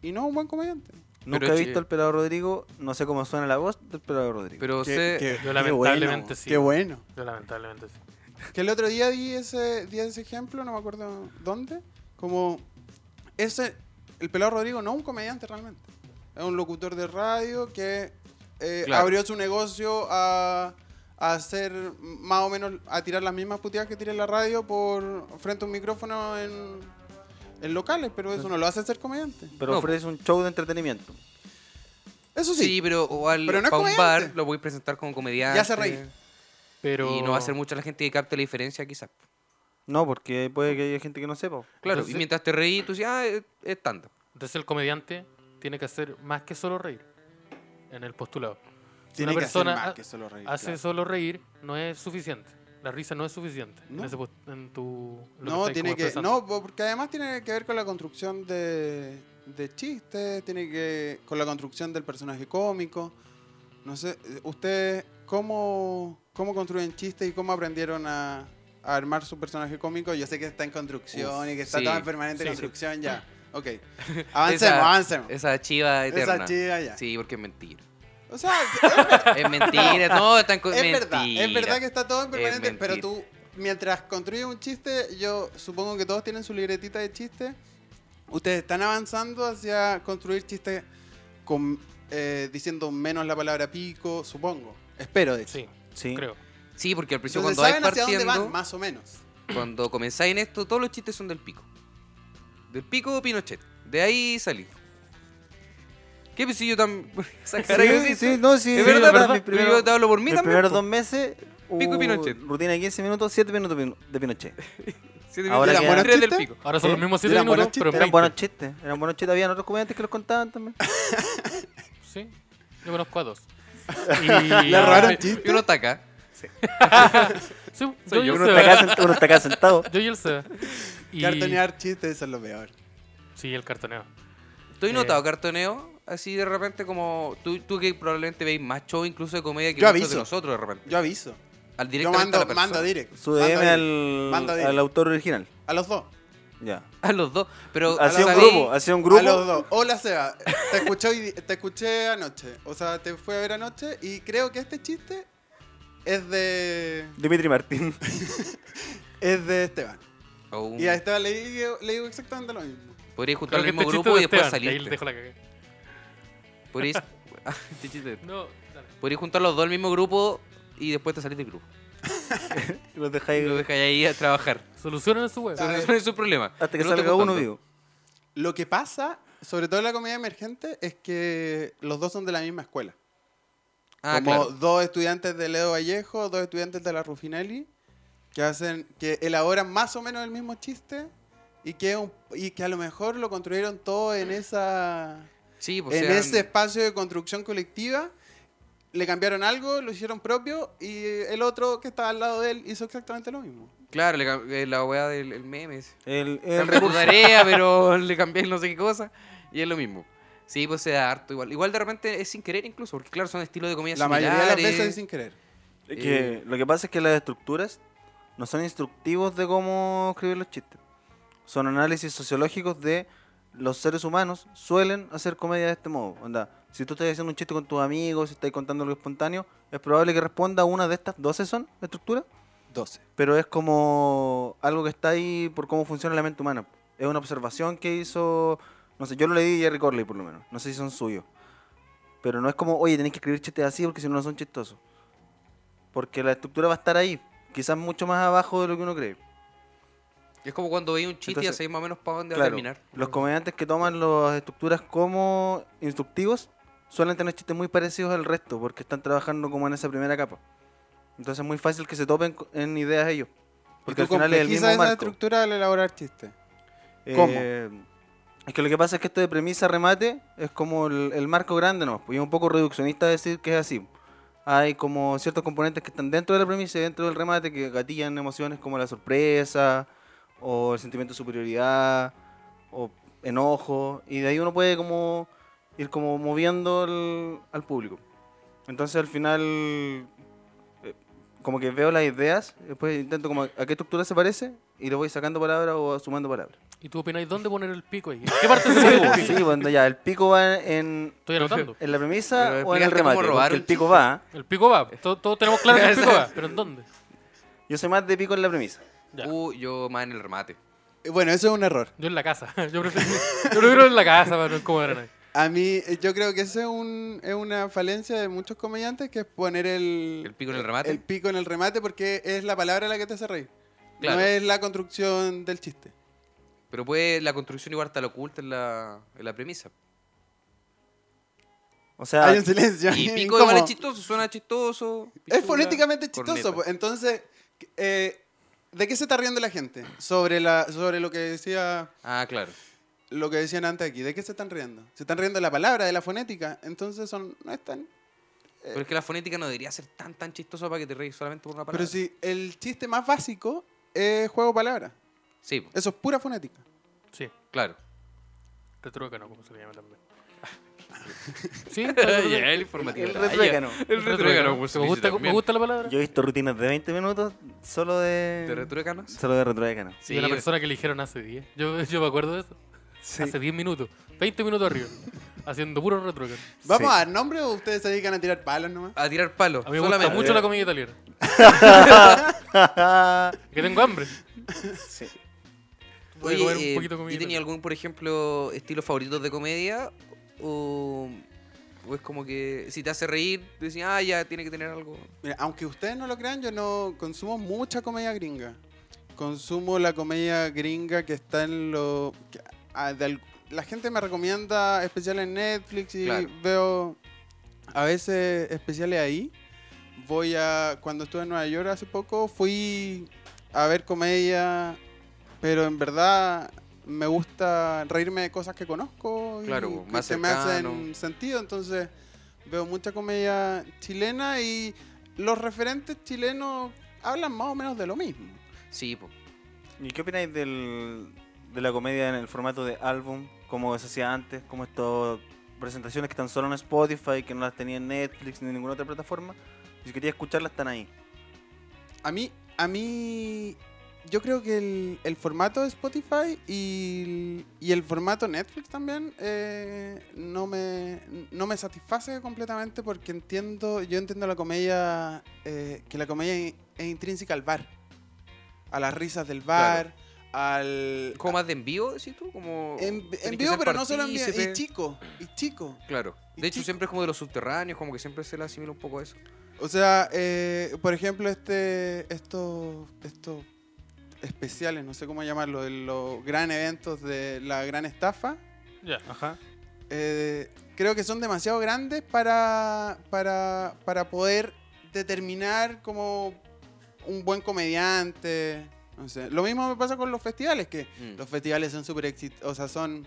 Speaker 5: y no es un buen comediante.
Speaker 4: Nunca
Speaker 2: Pero
Speaker 4: he
Speaker 2: es
Speaker 4: visto
Speaker 2: que-
Speaker 4: al pelado Rodrigo, no sé cómo suena la voz del pelado Rodrigo.
Speaker 2: Pero
Speaker 5: Qué-
Speaker 2: sé-
Speaker 5: qué-
Speaker 3: Yo
Speaker 5: qué
Speaker 3: lamentablemente
Speaker 5: bueno,
Speaker 3: sí.
Speaker 5: Qué bueno.
Speaker 3: Yo lamentablemente sí.
Speaker 5: Que el otro día di ese, di ese ejemplo, no me acuerdo dónde. Como ese, el pelado Rodrigo no es un comediante realmente. Es un locutor de radio que eh,
Speaker 2: Claro.
Speaker 5: abrió su negocio a, a hacer más o menos, a tirar las mismas puteadas que tira en la radio por frente a un micrófono en, en locales, pero eso no lo hace ser comediante.
Speaker 4: Pero
Speaker 2: No,
Speaker 4: ofrece un show de entretenimiento.
Speaker 5: Eso
Speaker 2: sí.
Speaker 5: sí,
Speaker 2: pero igual
Speaker 5: Pero no es
Speaker 2: para un
Speaker 5: comediante.
Speaker 2: bar lo voy a presentar como comediante.
Speaker 5: Ya se reír.
Speaker 3: Pero...
Speaker 2: Y no va a ser mucha la gente que capte la diferencia quizás.
Speaker 4: No, porque puede que haya gente que no sepa.
Speaker 2: Claro,
Speaker 3: Entonces-
Speaker 2: y mientras te reí, tú dices, ah, es, es tanto.
Speaker 3: Entonces el comediante tiene que hacer más que solo reír en el postulado.
Speaker 5: tiene
Speaker 3: una
Speaker 5: que hacer
Speaker 3: persona
Speaker 5: más
Speaker 3: ha-
Speaker 5: que solo reír.
Speaker 3: Hace
Speaker 5: claro.
Speaker 3: solo reír no es suficiente. La risa no es suficiente
Speaker 5: No.
Speaker 3: en, ese post- en tu... lo que
Speaker 5: No,
Speaker 3: estáis
Speaker 5: tiene
Speaker 3: como
Speaker 5: que,
Speaker 3: expresando.
Speaker 5: no, po- porque además tiene que ver con la construcción de, de chistes, tiene que con la construcción del personaje cómico. No sé, eh, ustedes cómo, cómo construyen chistes y cómo aprendieron a, a armar su personaje cómico. Yo sé que está en construcción
Speaker 2: Uf,
Speaker 5: y que está
Speaker 2: sí,
Speaker 5: todo en permanente
Speaker 3: sí.
Speaker 5: construcción ya.
Speaker 2: (laughs)
Speaker 5: Ok, avancemos,
Speaker 2: Esa-
Speaker 5: avancemos.
Speaker 2: Esa chiva eterna.
Speaker 5: Esa chica ya.
Speaker 2: Sí, porque es mentira.
Speaker 5: O sea, es verdad.
Speaker 2: Es mentira. no, es tan co-
Speaker 5: (laughs) Es verdad, es
Speaker 2: mentira.
Speaker 5: verdad que está todo en
Speaker 2: Es
Speaker 5: permanente, pero
Speaker 2: mentira.
Speaker 5: tú, mientras construyes un chiste, yo supongo que todos tienen su libretita de chistes. Ustedes están avanzando hacia construir chistes con, eh, diciendo menos la palabra pico, supongo. Espero, de hecho.
Speaker 3: Sí,
Speaker 4: Sí.
Speaker 3: creo.
Speaker 2: Sí, porque al principio
Speaker 5: Entonces,
Speaker 2: cuando vais
Speaker 5: saben hacia dónde van,
Speaker 2: partiendo,
Speaker 5: más o menos.
Speaker 2: cuando comenzáis en esto, todos los chistes son del pico. Del pico Pinochet. De ahí salí. ¿Qué pisillo tan... (laughs) Esa cara que
Speaker 4: Sí,
Speaker 2: hiciste.
Speaker 4: sí, no, sí.
Speaker 2: Es
Speaker 4: sí,
Speaker 2: verdad,
Speaker 4: verdad,
Speaker 2: pero
Speaker 4: mi primero-
Speaker 2: yo te hablo por mí
Speaker 4: Mis
Speaker 2: también,
Speaker 4: primeros
Speaker 2: po.
Speaker 4: dos meses,
Speaker 2: Pico y
Speaker 4: uh,
Speaker 2: Pinochet.
Speaker 4: rutina de 15 minutos, 7 minutos pin- de Pinochet.
Speaker 2: Siete
Speaker 4: Ahora
Speaker 2: minutos,
Speaker 4: que-
Speaker 2: tres del
Speaker 5: ¿Eran
Speaker 2: pico.
Speaker 3: Ahora son
Speaker 4: Eh,
Speaker 3: los mismos siete
Speaker 5: eran buenos
Speaker 3: minutos, pero en
Speaker 4: Eran
Speaker 3: 20.
Speaker 4: buenos chistes, eran buenos chistes. Habían otros comediantes que los contaban también.
Speaker 3: Sí, yo conozco a dos.
Speaker 5: (laughs)
Speaker 3: Y...
Speaker 5: Le robaron
Speaker 2: Y uno está acá.
Speaker 3: Sí,
Speaker 2: Soy
Speaker 3: yo y
Speaker 2: yo.
Speaker 3: el
Speaker 4: Uno está acá
Speaker 3: Seba.
Speaker 4: sent- (laughs) uno está acá sentado.
Speaker 3: Yo y el Seba. Y-
Speaker 5: Cartonear chistes, eso es lo peor.
Speaker 3: Sí, el cartoneo.
Speaker 2: Estoy
Speaker 3: Eh.
Speaker 2: notado cartoneo, así de repente como tú, tú que probablemente veis más show incluso de comedia que
Speaker 5: Yo
Speaker 2: muchos de
Speaker 5: aviso.
Speaker 2: nosotros de repente.
Speaker 5: Yo aviso.
Speaker 2: Al
Speaker 5: Yo
Speaker 2: directamente a
Speaker 5: mando,
Speaker 2: la persona.
Speaker 5: mando direct.
Speaker 4: Su
Speaker 5: mando
Speaker 4: DM
Speaker 5: direct.
Speaker 4: al,
Speaker 5: Manda direct.
Speaker 4: al autor original.
Speaker 5: A los dos.
Speaker 4: Ya.
Speaker 2: (laughs) A los dos. Pero
Speaker 4: Ha sido un
Speaker 2: ¿sabéis?
Speaker 4: grupo, ha sido un
Speaker 5: A los
Speaker 4: grupo.
Speaker 5: dos. Hola, Seba. Te escuché, hoy- te escuché anoche. O sea, te fui a ver anoche y creo que este chiste es de,
Speaker 4: Dimitri Martín. (laughs)
Speaker 5: es de Esteban.
Speaker 2: Oh,
Speaker 5: Y a este- Esteban le digo, le digo exactamente lo mismo.
Speaker 2: Podríais juntar
Speaker 3: Creo
Speaker 2: el
Speaker 3: que
Speaker 2: mismo
Speaker 3: este chiste
Speaker 2: grupo
Speaker 3: de
Speaker 2: y después
Speaker 3: Esteban, y ahí le
Speaker 2: salirte.
Speaker 3: dejo la cagada.
Speaker 2: Podríais Ah, (laughs) este chiste.
Speaker 3: No, dale.
Speaker 2: Podríais juntar los dos al mismo grupo y después te salís del grupo. Y
Speaker 4: Los
Speaker 5: Eh,
Speaker 4: dejáis
Speaker 2: lo dejáis ahí a trabajar.
Speaker 3: Solucionen su web.
Speaker 5: Ah,
Speaker 2: Entonces, ese es su problema.
Speaker 4: hasta que
Speaker 2: No te
Speaker 4: salga
Speaker 2: gustó
Speaker 4: uno
Speaker 2: tanto.
Speaker 4: vivo.
Speaker 5: Lo que pasa, sobre todo en la comedia emergente, es que los dos son de la misma escuela.
Speaker 2: Ah,
Speaker 5: Como
Speaker 2: claro.
Speaker 5: dos estudiantes de Leo Vallejo, dos estudiantes de la Rufinelli, que hacen, que elaboran más o menos el mismo chiste y que, un- y que a lo mejor lo construyeron todo en esa
Speaker 2: Sí, pues
Speaker 5: en
Speaker 2: sean-
Speaker 5: ese espacio de construcción colectiva le cambiaron algo, lo hicieron propio y el otro que estaba al lado de él hizo exactamente lo mismo.
Speaker 2: Claro, le cam- eh, la weá del el meme. ese.
Speaker 4: El, el
Speaker 2: Cambia tu
Speaker 4: recurso.
Speaker 2: tarea, pero (laughs) le cambié no sé qué cosa. Y es lo mismo. Sí, pues se da harto igual. Igual de repente es sin querer incluso, porque claro, son estilos de comida
Speaker 5: La mayoría de las
Speaker 2: similares.
Speaker 5: veces es sin querer.
Speaker 4: Es que lo que pasa es que las estructuras no son instructivos de cómo escribir los chistes. Son análisis sociológicos de los seres humanos suelen hacer comedia de este modo. Onda, si tú estás haciendo un chiste con tus amigos, si estás contando algo espontáneo, es probable que responda a una de estas 12 son estructuras,
Speaker 5: 12.
Speaker 4: pero es como algo que está ahí por cómo funciona la mente humana. Es una observación que hizo, no sé, yo lo leí de Jerry Corley por lo menos, no sé si son suyos. Pero no es como, oye, tenés que escribir chistes así porque si no, no son chistosos. Porque la estructura va a estar ahí, quizás mucho más abajo de lo que uno cree.
Speaker 2: Es como cuando veis un chiste y
Speaker 4: Entonces,
Speaker 2: hacéis más o menos para dónde va a
Speaker 4: Claro,
Speaker 2: terminar.
Speaker 4: los comediantes que toman las estructuras como instructivos suelen tener chistes muy parecidos al resto porque están trabajando como en esa primera capa. Entonces es muy fácil que se topen co- en ideas ellos. Porque
Speaker 5: Y
Speaker 4: al
Speaker 5: tú
Speaker 4: final es el
Speaker 5: complejiza
Speaker 4: mismo
Speaker 5: esa
Speaker 4: marco.
Speaker 5: estructura al elaborar chistes. ¿Cómo?
Speaker 4: Eh, es que lo que pasa es que esto de premisa remate es como el, el marco grande, ¿no? Pues y es un poco reduccionista decir que es así. Hay como ciertos componentes que están dentro de la premisa y dentro del remate que gatillan emociones como la sorpresa o el sentimiento de superioridad o enojo y de ahí uno puede como ir como moviendo el- al público. Entonces al final eh, como que veo las ideas, después intento como a qué estructura se parece y le voy sacando palabras o sumando palabras.
Speaker 3: ¿Y tú opináis dónde poner el pico ahí? ¿En ¿Qué parte se pone
Speaker 5: (laughs)
Speaker 3: el
Speaker 4: Sí,
Speaker 3: pico?
Speaker 4: bueno, ya, el pico va en,
Speaker 3: Estoy anotando.
Speaker 4: en la premisa
Speaker 2: Pero
Speaker 4: o en
Speaker 2: explícate
Speaker 4: el
Speaker 2: cómo
Speaker 4: remate.
Speaker 2: robar
Speaker 4: Porque
Speaker 2: un
Speaker 4: el pico va.
Speaker 3: El pico va. to- Todos tenemos claro
Speaker 5: (laughs)
Speaker 3: que el pico va. ¿Pero en dónde?
Speaker 4: Yo soy más de pico en la premisa.
Speaker 3: Ya.
Speaker 2: Uh, yo más en el remate.
Speaker 5: Eh, Bueno, eso es un error.
Speaker 3: Yo en la casa. (laughs) Yo prefiero, yo prefiero en la casa para no incomodar a nadie.
Speaker 5: A mí, eh, yo creo que eso es, un- es una falencia de muchos comediantes que es poner el,
Speaker 2: El pico en el remate.
Speaker 5: el pico en el remate porque es la palabra la que te hace reír.
Speaker 2: Claro.
Speaker 5: No es la construcción del chiste.
Speaker 2: Pero puede la construcción igual está la oculta en la, en la
Speaker 5: (laughs)
Speaker 2: premisa.
Speaker 4: O sea,
Speaker 5: Hay un silencio.
Speaker 2: Y
Speaker 5: ahí,
Speaker 2: pico igual
Speaker 5: como-
Speaker 2: es chistoso, suena chistoso.
Speaker 5: Es
Speaker 2: pichula,
Speaker 5: fonéticamente chistoso.
Speaker 2: corneta.
Speaker 5: pues. Entonces, eh, ¿de qué se está riendo la gente? Sobre, la, sobre lo que decía
Speaker 2: Ah, claro.
Speaker 5: Eh. lo que decían antes aquí. ¿De qué se están riendo? Se están riendo de la palabra, de la fonética. Entonces son, no están.
Speaker 2: Pero es que la fonética no debería ser tan tan chistosa para que te reís solamente por una palabra.
Speaker 5: Pero si el chiste más básico es juego palabra.
Speaker 2: Sí,
Speaker 3: (laughs)
Speaker 2: pues,
Speaker 5: Eso es pura fonética.
Speaker 3: Sí.
Speaker 2: claro.
Speaker 3: Retruécano, como se le llama (laughs) también. Sí, está bien.
Speaker 2: Ya, el
Speaker 4: el
Speaker 2: informativo.
Speaker 4: el
Speaker 2: Ah, ya.
Speaker 4: retruécano.
Speaker 2: El retruécano. pues,
Speaker 3: Me gusta, me
Speaker 2: también.
Speaker 3: gusta la palabra.
Speaker 4: Yo he visto rutinas de 20 minutos solo de.
Speaker 2: ¿Te retruécanos?
Speaker 4: Solo de retruécano. (laughs)
Speaker 3: Sí, la persona que eligieron hace 10. Yo, yo me acuerdo de eso. Hace 10 minutos. 20 minutos arriba. Haciendo puro retruécano.
Speaker 5: ¿Vamos
Speaker 4: Sí.
Speaker 5: a dar nombre o ustedes se dedican a tirar palos nomás?
Speaker 2: A tirar palos.
Speaker 3: A mí me gusta
Speaker 2: solamente.
Speaker 3: mucho la comida italiana. Que tengo hambre.
Speaker 4: Sí.
Speaker 3: Voy a
Speaker 2: Oye,
Speaker 3: comer un
Speaker 2: eh,
Speaker 3: poquito de comida
Speaker 2: ¿Y tenía
Speaker 3: italiana.
Speaker 2: algún, por ejemplo, estilo favorito de comedia? O, o es como que si te hace reír, decís, ah, ya tiene que tener algo.
Speaker 5: Mira, aunque ustedes no lo crean, yo no consumo mucha comedia gringa. Consumo la comedia gringa que está en lo... que- ah, de al- la gente me recomienda especiales en Netflix y
Speaker 2: Claro.
Speaker 5: veo a veces especiales ahí. Voy a... Cuando estuve en Nueva York hace poco, fui a ver comedia, pero en verdad me gusta reírme de cosas que conozco y
Speaker 2: Claro,
Speaker 5: que,
Speaker 2: más
Speaker 5: que me
Speaker 2: cercano.
Speaker 5: hacen sentido, entonces veo mucha comedia chilena y los referentes chilenos hablan más o menos de lo mismo.
Speaker 2: Sí, po.
Speaker 4: ¿Y qué opináis del, de la comedia en el formato de álbum? Como se hacía antes, como estas presentaciones que están solo en Spotify, que no las tenía en Netflix ni en ninguna otra plataforma. Y si quería escucharlas, están ahí.
Speaker 5: A mí, a mí yo creo que el, el formato de Spotify y, el- y el formato Netflix también eh, no, me, no me satisface completamente porque entiendo, yo entiendo la comedia, eh, que la comedia in- es intrínseca al bar, a las risas del bar, al...
Speaker 2: ¿Como más de envío, decís tú? Como
Speaker 5: en,
Speaker 2: tenés que
Speaker 5: envío,
Speaker 2: ser
Speaker 5: pero no solo envío,
Speaker 2: partícipe.
Speaker 5: y chico, y chico.
Speaker 2: Claro.
Speaker 5: y
Speaker 2: De hecho,
Speaker 5: chico.
Speaker 2: siempre es como de los subterráneos, como que siempre se le asimila un poco a eso.
Speaker 5: O sea, eh, por ejemplo, este, estos, estos especiales, no sé cómo llamarlo, de los gran eventos de la gran estafa,
Speaker 3: Ya.
Speaker 4: Ajá.
Speaker 5: eh, creo que son demasiado grandes para, para, para poder determinar como un buen comediante. No sé. Lo mismo me pasa con los festivales, que
Speaker 2: Mm.
Speaker 5: los festivales son súper exitosos, o sea, son...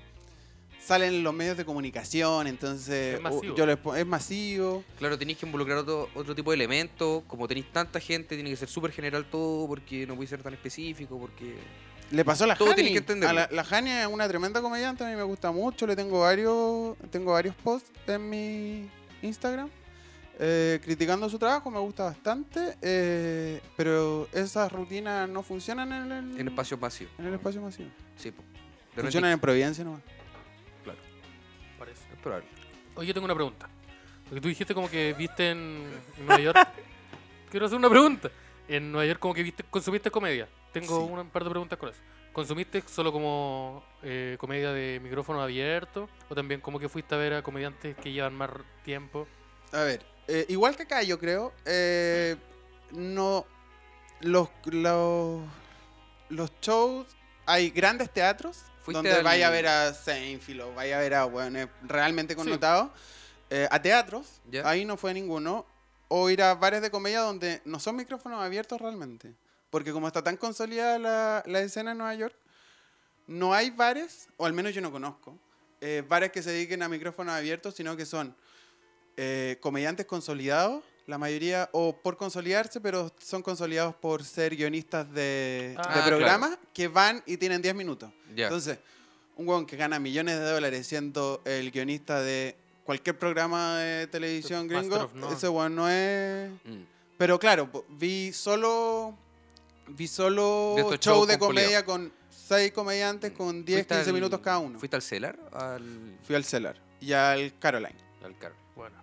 Speaker 5: Salen los medios de comunicación, entonces
Speaker 3: Es masivo.
Speaker 5: yo les pon- es masivo.
Speaker 2: Claro, tenéis que involucrar otro, otro tipo de elementos. Como tenéis tanta gente, tiene que ser súper general todo, porque no voy a ser tan específico, porque...
Speaker 5: Le pasó a la
Speaker 2: Todo
Speaker 5: Hani.
Speaker 2: tienes que entenderlo.
Speaker 5: A la, la Hani es una tremenda comediante, a mí me gusta mucho. Le tengo varios, tengo varios posts en mi Instagram eh, criticando su trabajo, me gusta bastante. eh, pero esas rutinas no funcionan en el,
Speaker 2: En espacios vacíos.
Speaker 5: en el espacio masivo.
Speaker 2: Sí, po. De repente-
Speaker 5: Funcionan en Providencia nomás.
Speaker 3: Parece.
Speaker 2: Es probable.
Speaker 3: Oye, yo tengo una pregunta. Porque tú dijiste como que viste en en Nueva York. Quiero hacer una pregunta. En Nueva York como que viste, consumiste comedia. Tengo
Speaker 5: Sí.
Speaker 3: una- un par de preguntas con eso. ¿Consumiste solo como eh, comedia de micrófono abierto? ¿O también como que fuiste a ver a comediantes que llevan más r- tiempo?
Speaker 5: A ver, eh, igual que acá, yo creo, eh, no. Los, los, los shows. Hay grandes teatros
Speaker 2: Fuiste
Speaker 5: donde
Speaker 2: al-
Speaker 5: vaya a ver a Seinfeld o vaya a ver a hueones realmente connotados. eh, a teatros,
Speaker 2: Ya.
Speaker 5: ahí no fue ninguno. O ir a bares de comedia donde no son micrófonos abiertos realmente. Porque como está tan consolidada la, la escena en Nueva York, no hay bares, o al menos yo no conozco, eh, bares que se dediquen a micrófonos abiertos, sino que son eh, comediantes consolidados, la mayoría, o por consolidarse, pero son consolidados por ser guionistas de,
Speaker 3: Ah,
Speaker 5: de
Speaker 2: claro.
Speaker 5: programas que van y tienen 10 minutos.
Speaker 2: Ya.
Speaker 5: Entonces, un weón que gana millones de dólares siendo el guionista de cualquier programa de televisión
Speaker 3: Master
Speaker 5: gringo,
Speaker 3: of none.
Speaker 5: ese weón no es...
Speaker 2: Mm.
Speaker 5: Pero claro, po- vi solo... Vi solo
Speaker 2: De estos
Speaker 5: show
Speaker 2: shows
Speaker 5: de
Speaker 2: con
Speaker 5: comedia con seis comediantes con 10,
Speaker 2: Mm. Fuiste
Speaker 5: 15
Speaker 2: al-
Speaker 5: minutos cada uno.
Speaker 2: ¿Fuiste al Celar? Al,
Speaker 5: Fui al Cellar y al Caroline.
Speaker 2: al Carol.
Speaker 3: Bueno.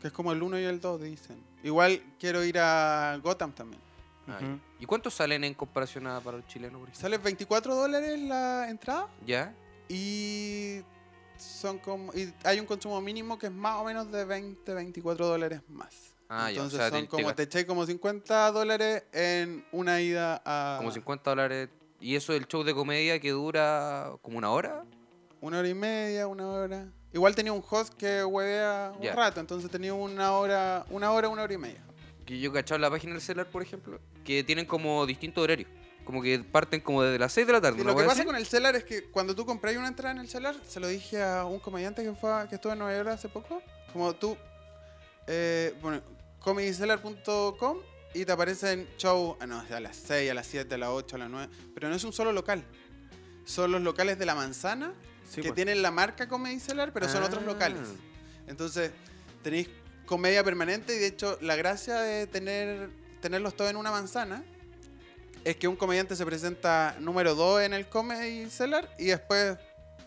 Speaker 5: Que es como el 1 y el 2, dicen. Igual quiero ir a Gotham también.
Speaker 2: Ah,
Speaker 4: Ujú.
Speaker 2: ya. ¿Y cuántos salen en comparación a para los chilenos, por ejemplo?
Speaker 5: Sale 24 dólares la entrada
Speaker 2: ¿Ya?
Speaker 5: y son como y hay un consumo mínimo que es más o menos de 20, 24 dólares más.
Speaker 2: Ah, ya, o
Speaker 5: Entonces
Speaker 2: sea,
Speaker 5: son
Speaker 2: te- te
Speaker 5: como
Speaker 2: gast-
Speaker 5: te eché como 50 dólares en una ida a
Speaker 2: Como 50 dólares. ¿Y eso del show de comedia que dura como una hora?
Speaker 5: una hora y media, una hora. Igual tenía un host que huevea un
Speaker 2: Ya.
Speaker 5: rato, entonces tenía una hora, una hora, una hora y media.
Speaker 2: que yo he cachado en la página del celular, por ejemplo, que tienen como distintos horarios. Como que parten como desde las 6 de la tarde.
Speaker 5: Y
Speaker 2: una
Speaker 5: lo que
Speaker 2: wea
Speaker 5: pasa
Speaker 2: así.
Speaker 5: con el celular es que cuando tú compras una entrada en el celular, se lo dije a un comediante que fue a- que estuvo en Nueva York hace poco, como tú, eh, bueno, comedycelular.com y te aparecen show ah, no, a las 6, a las 7, a las 8, a las 9, pero no es un solo local. Son los locales de la manzana
Speaker 4: Sí,
Speaker 5: que
Speaker 4: pues.
Speaker 5: tienen la marca Comedy Cellar, pero son otros
Speaker 2: Ah.
Speaker 5: locales. Entonces, tenéis comedia permanente y de hecho la gracia de tener tenerlos todos en una manzana es que un comediante se presenta número 2 en el Comedy Cellar y después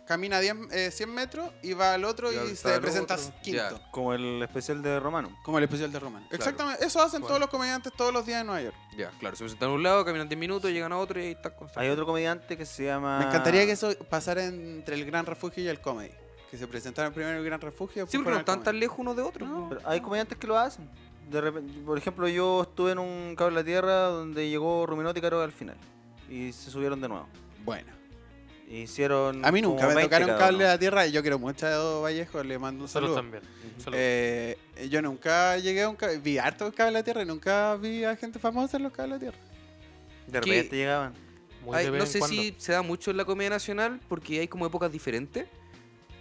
Speaker 5: camina 10, eh, 100 metros y va al otro
Speaker 2: Y al
Speaker 5: y, se
Speaker 2: otro,
Speaker 5: presenta
Speaker 2: otro.
Speaker 5: quinto.
Speaker 2: Ya.
Speaker 4: Como el especial de Romano.
Speaker 5: Como el especial de Roman. Exactamente, eso hacen
Speaker 3: Bueno.
Speaker 5: todos los comediantes todos los días en Nueva York.
Speaker 2: Ya, claro, se presentan a un lado, caminan 10 minutos, llegan a otro y ahí están
Speaker 4: Hay
Speaker 2: constantes.
Speaker 4: otro comediante que se llama.
Speaker 2: Ah.
Speaker 5: Me encantaría que eso pasara entre el Gran Refugio y el Comedy. Que se presentaran primero en el Gran Refugio. después
Speaker 2: Sí, porque
Speaker 5: fueran
Speaker 2: no
Speaker 5: al
Speaker 2: están
Speaker 5: Comedy.
Speaker 2: tan lejos uno de otro.
Speaker 5: No.
Speaker 2: po.
Speaker 4: Pero hay comediantes que lo hacen. De repente, por ejemplo, yo estuve en un cable de la tierra donde llegó Ruminotti y Caroga al final. Y se subieron de nuevo.
Speaker 5: Bueno.
Speaker 4: E hicieron.
Speaker 5: A mí
Speaker 4: como
Speaker 5: nunca me
Speaker 4: 20
Speaker 5: tocaron
Speaker 4: cada
Speaker 5: cable
Speaker 4: uno.
Speaker 5: a la tierra y yo quiero mucho a Edo Vallejo, le mando un
Speaker 3: Saludos
Speaker 5: saludo.
Speaker 3: también. Saludos.
Speaker 5: Eh, yo nunca llegué a un cable, vi harto cable de la tierra y nunca vi a gente famosa en los cables de la tierra.
Speaker 4: De
Speaker 2: que-
Speaker 4: repente llegaban.
Speaker 3: Muy
Speaker 2: Ay,
Speaker 3: de vez
Speaker 2: no
Speaker 3: en
Speaker 2: sé
Speaker 3: cuando.
Speaker 2: si se da mucho en la comedia nacional porque hay como épocas diferentes.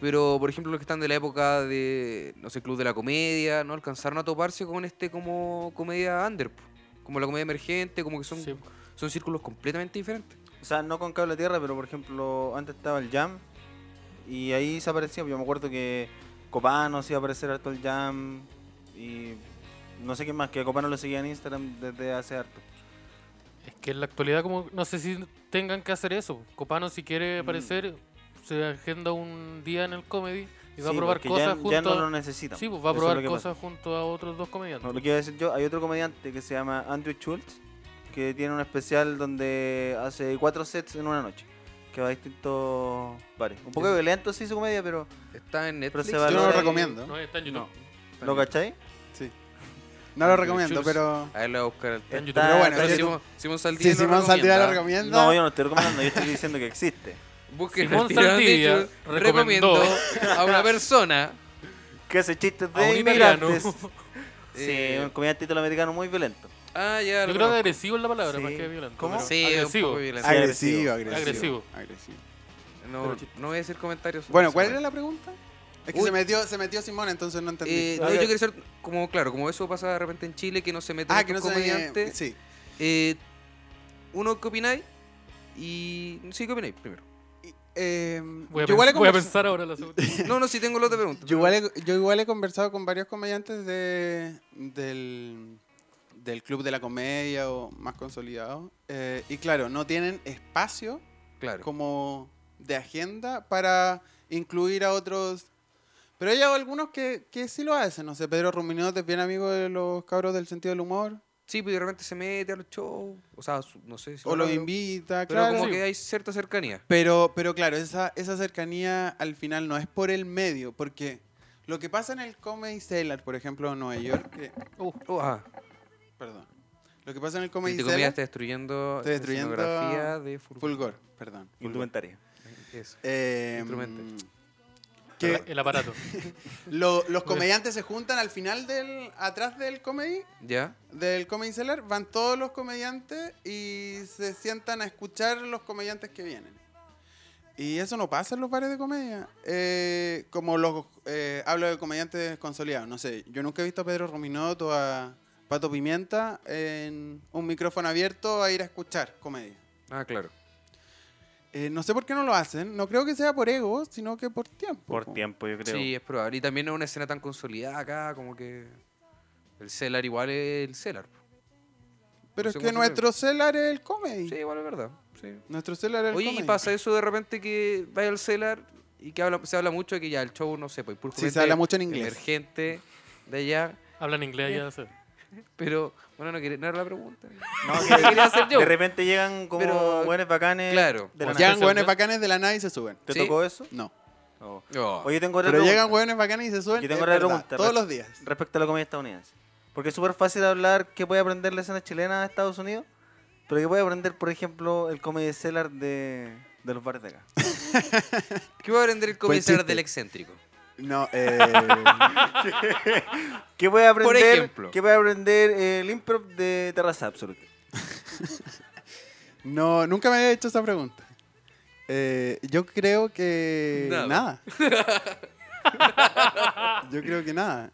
Speaker 2: Pero, por ejemplo, los que están de la época de, no sé, Club de la Comedia, ¿no? Alcanzaron a toparse con este como comedia under, po. como la comedia emergente, como que son,
Speaker 3: Sí.
Speaker 2: son círculos completamente diferentes.
Speaker 4: O sea, no con cable a tierra, pero por ejemplo, antes estaba el Jam. Y ahí se aparecía. Yo me acuerdo que Copano se iba a aparecer harto el Jam. Y no sé qué más, que a Copano lo seguía en Instagram desde hace harto.
Speaker 3: Es que en la actualidad, como no sé si tengan que hacer eso. Copano, si quiere aparecer, se agenda un día en el comedy y va a
Speaker 4: Sí,
Speaker 3: probar
Speaker 4: porque ya-
Speaker 3: cosas junto
Speaker 4: Ya no
Speaker 3: a-
Speaker 4: lo necesitan.
Speaker 3: Sí, pues va a
Speaker 4: Eso es lo
Speaker 3: probar
Speaker 4: que pasa.
Speaker 3: cosas junto a otros dos comediantes.
Speaker 4: No, lo que iba a decir yo, hay otro comediante que se llama Andrew Schultz, que tiene un especial donde hace cuatro sets en una noche, que va a distintos bares. Un poco
Speaker 2: Eso.
Speaker 4: violento sí su comedia, pero
Speaker 2: Está en Netflix.
Speaker 4: se
Speaker 5: Yo
Speaker 4: valora
Speaker 5: no lo
Speaker 4: ahí-
Speaker 5: recomiendo.
Speaker 3: No, está en YouTube.
Speaker 4: No. ¿lo cachai?
Speaker 5: Sí. No lo recomiendo,
Speaker 3: Chus.
Speaker 5: pero.
Speaker 2: A ver, le voy a buscar el
Speaker 3: Está
Speaker 2: tema.
Speaker 3: en YouTube.
Speaker 4: Está-
Speaker 5: Pero bueno,
Speaker 2: Pero
Speaker 5: yo-
Speaker 2: Simón, Simón Saldivia
Speaker 5: Si
Speaker 2: lo
Speaker 5: Simón Saldivia lo
Speaker 2: recomienda.
Speaker 5: recomienda.
Speaker 4: No, yo no estoy recomendando, yo estoy diciendo que existe.
Speaker 2: Busquen
Speaker 3: Simón
Speaker 2: el tirano
Speaker 3: Saldivia
Speaker 2: dicho, recomiendo a una persona.
Speaker 4: Que hace chistes
Speaker 3: A un
Speaker 4: de
Speaker 3: italiano.
Speaker 4: inmigrantes. Sí,
Speaker 2: Eh,
Speaker 4: un comediante italoamericano muy violento.
Speaker 2: Ah, ya.
Speaker 3: Yo
Speaker 2: lo
Speaker 3: creo que
Speaker 2: conozco.
Speaker 3: agresivo es la palabra,
Speaker 4: Sí.
Speaker 3: más que violento.
Speaker 4: ¿Cómo?
Speaker 3: pero
Speaker 2: Sí, es un
Speaker 3: agresivo.
Speaker 2: poco violento.
Speaker 5: Agresivo, agresivo.
Speaker 3: Agresivo.
Speaker 5: agresivo.
Speaker 2: No, no voy a decir comentarios. sobre
Speaker 5: Bueno,
Speaker 2: eso,
Speaker 5: ¿cuál
Speaker 2: bueno.
Speaker 5: era la pregunta? Es que
Speaker 2: Uy.
Speaker 5: se metió, se metió Simón, entonces no entendí.
Speaker 2: Eh, no, yo quiero ser como, claro, como eso pasa de repente en Chile, que no se meten
Speaker 5: ah,
Speaker 2: estos
Speaker 5: que no se
Speaker 2: comediantes.
Speaker 5: Sí.
Speaker 2: Eh, uno, ¿qué opináis? Y. Sí, ¿qué opináis
Speaker 5: (laughs)
Speaker 2: primero?
Speaker 5: Y, eh,
Speaker 3: Voy a,
Speaker 5: yo, igual he
Speaker 3: pens- voy a
Speaker 5: conversa-
Speaker 3: pensar ahora la
Speaker 4: (laughs)
Speaker 3: segunda.
Speaker 2: No, no, sí tengo la otra pregunta.
Speaker 5: yo igual he- yo igual he conversado con varios comediantes de, del, del club de la comedia o más consolidados. eh, y claro, no tienen espacio
Speaker 2: Claro.
Speaker 5: como de agenda para incluir a otros. Pero hay algunos que, que sí lo hacen. No sé, Pedro Ruminote es bien amigo de los cabros del sentido del humor.
Speaker 2: Sí, pues de repente se mete a los shows. O sea, su- no sé si
Speaker 5: O los
Speaker 2: hago,
Speaker 5: invita,
Speaker 2: Pero
Speaker 5: claro.
Speaker 2: como
Speaker 3: Sí.
Speaker 2: que hay cierta cercanía.
Speaker 5: Pero, pero claro, esa, esa cercanía al final no es por el medio, porque lo que pasa en el Comedy Cellar, por ejemplo, en Nueva York, que-
Speaker 3: Uh,
Speaker 2: Oh, ah,
Speaker 5: perdón, lo que pasa en el
Speaker 2: y
Speaker 5: Comedy
Speaker 2: te comida
Speaker 5: Cellar,
Speaker 2: está destruyendo
Speaker 5: Estoy
Speaker 2: la
Speaker 5: destruyendo
Speaker 2: escenografía de Fulgor.
Speaker 5: Fulgor, perdón.
Speaker 4: Indumentaria.
Speaker 2: Eso.
Speaker 5: Eh,
Speaker 2: Instrumento.
Speaker 3: (laughs)
Speaker 5: que
Speaker 3: El aparato.
Speaker 5: lo- los comediantes se juntan al final del, atrás del comedy,
Speaker 2: ¿Ya?
Speaker 5: del Comedy Cellar, van todos los comediantes y se sientan a escuchar los comediantes que vienen. Y eso no pasa en los bares de comedia. Eh, como los eh, hablo de comediantes consolidados, no sé, yo nunca he visto a Pedro Rominot o a Pato Pimienta en un micrófono abierto a ir a escuchar comedia.
Speaker 2: Ah, claro.
Speaker 5: Eh, no sé por qué no lo hacen. No creo que sea por ego, sino que por tiempo.
Speaker 4: Por
Speaker 5: po.
Speaker 4: tiempo, yo creo.
Speaker 2: Sí, es probable. Y también es una escena tan consolidada acá, como que. El Cellar igual es el Cellar.
Speaker 5: Pero
Speaker 2: No
Speaker 5: es
Speaker 2: sé
Speaker 5: que
Speaker 2: cómo se
Speaker 5: nuestro celular es el comedy.
Speaker 2: Sí, igual es verdad. Sí.
Speaker 5: Nuestro celular es el
Speaker 2: Oye,
Speaker 5: comedy.
Speaker 2: y pasa eso de repente que vaya al Cellar y que habla, se habla mucho de que ya el show, no sé, pues puro
Speaker 5: Sí, se
Speaker 2: gente
Speaker 5: habla mucho en inglés.
Speaker 2: Emergente de allá.
Speaker 3: Hablan inglés ya sé.
Speaker 2: Pero, bueno, no, quería, no era la pregunta.
Speaker 4: No,
Speaker 2: ¿Qué quería
Speaker 4: que
Speaker 2: hacer yo?
Speaker 4: de repente llegan como
Speaker 2: Pero-
Speaker 4: buenos bacanes.
Speaker 2: Claro.
Speaker 4: de la
Speaker 3: Ya-
Speaker 4: nada.
Speaker 5: Llegan hueones bacanes de la nada y se suben.
Speaker 4: ¿Te
Speaker 2: Sí.
Speaker 4: tocó eso?
Speaker 5: No.
Speaker 4: No.
Speaker 2: Oh.
Speaker 4: Oye, tengo otra
Speaker 5: Pero
Speaker 4: pregunta.
Speaker 5: llegan hueones bacanes y se suben.
Speaker 4: Yo tengo
Speaker 5: es
Speaker 4: otra
Speaker 5: verdad,
Speaker 4: pregunta,
Speaker 5: Todos
Speaker 4: Rex.
Speaker 5: los días.
Speaker 4: respecto a la comida estadounidense. Porque es súper fácil hablar que puede aprender la escena chilena de Estados Unidos, pero que puede aprender, por ejemplo, el comedy cellar de, de los bares de (laughs) acá.
Speaker 2: ¿Qué va a vender el
Speaker 5: Buen
Speaker 2: comenzar
Speaker 5: chiste.
Speaker 2: del excéntrico?
Speaker 5: No, eh,
Speaker 4: ¿Qué puede aprender,
Speaker 2: ejemplo.
Speaker 4: ¿qué puede aprender eh, el improv de Terraza Absolute?
Speaker 5: (laughs) no, nunca me había hecho esa pregunta. Eh, yo creo que
Speaker 2: Nada.
Speaker 5: nada. yo creo que nada.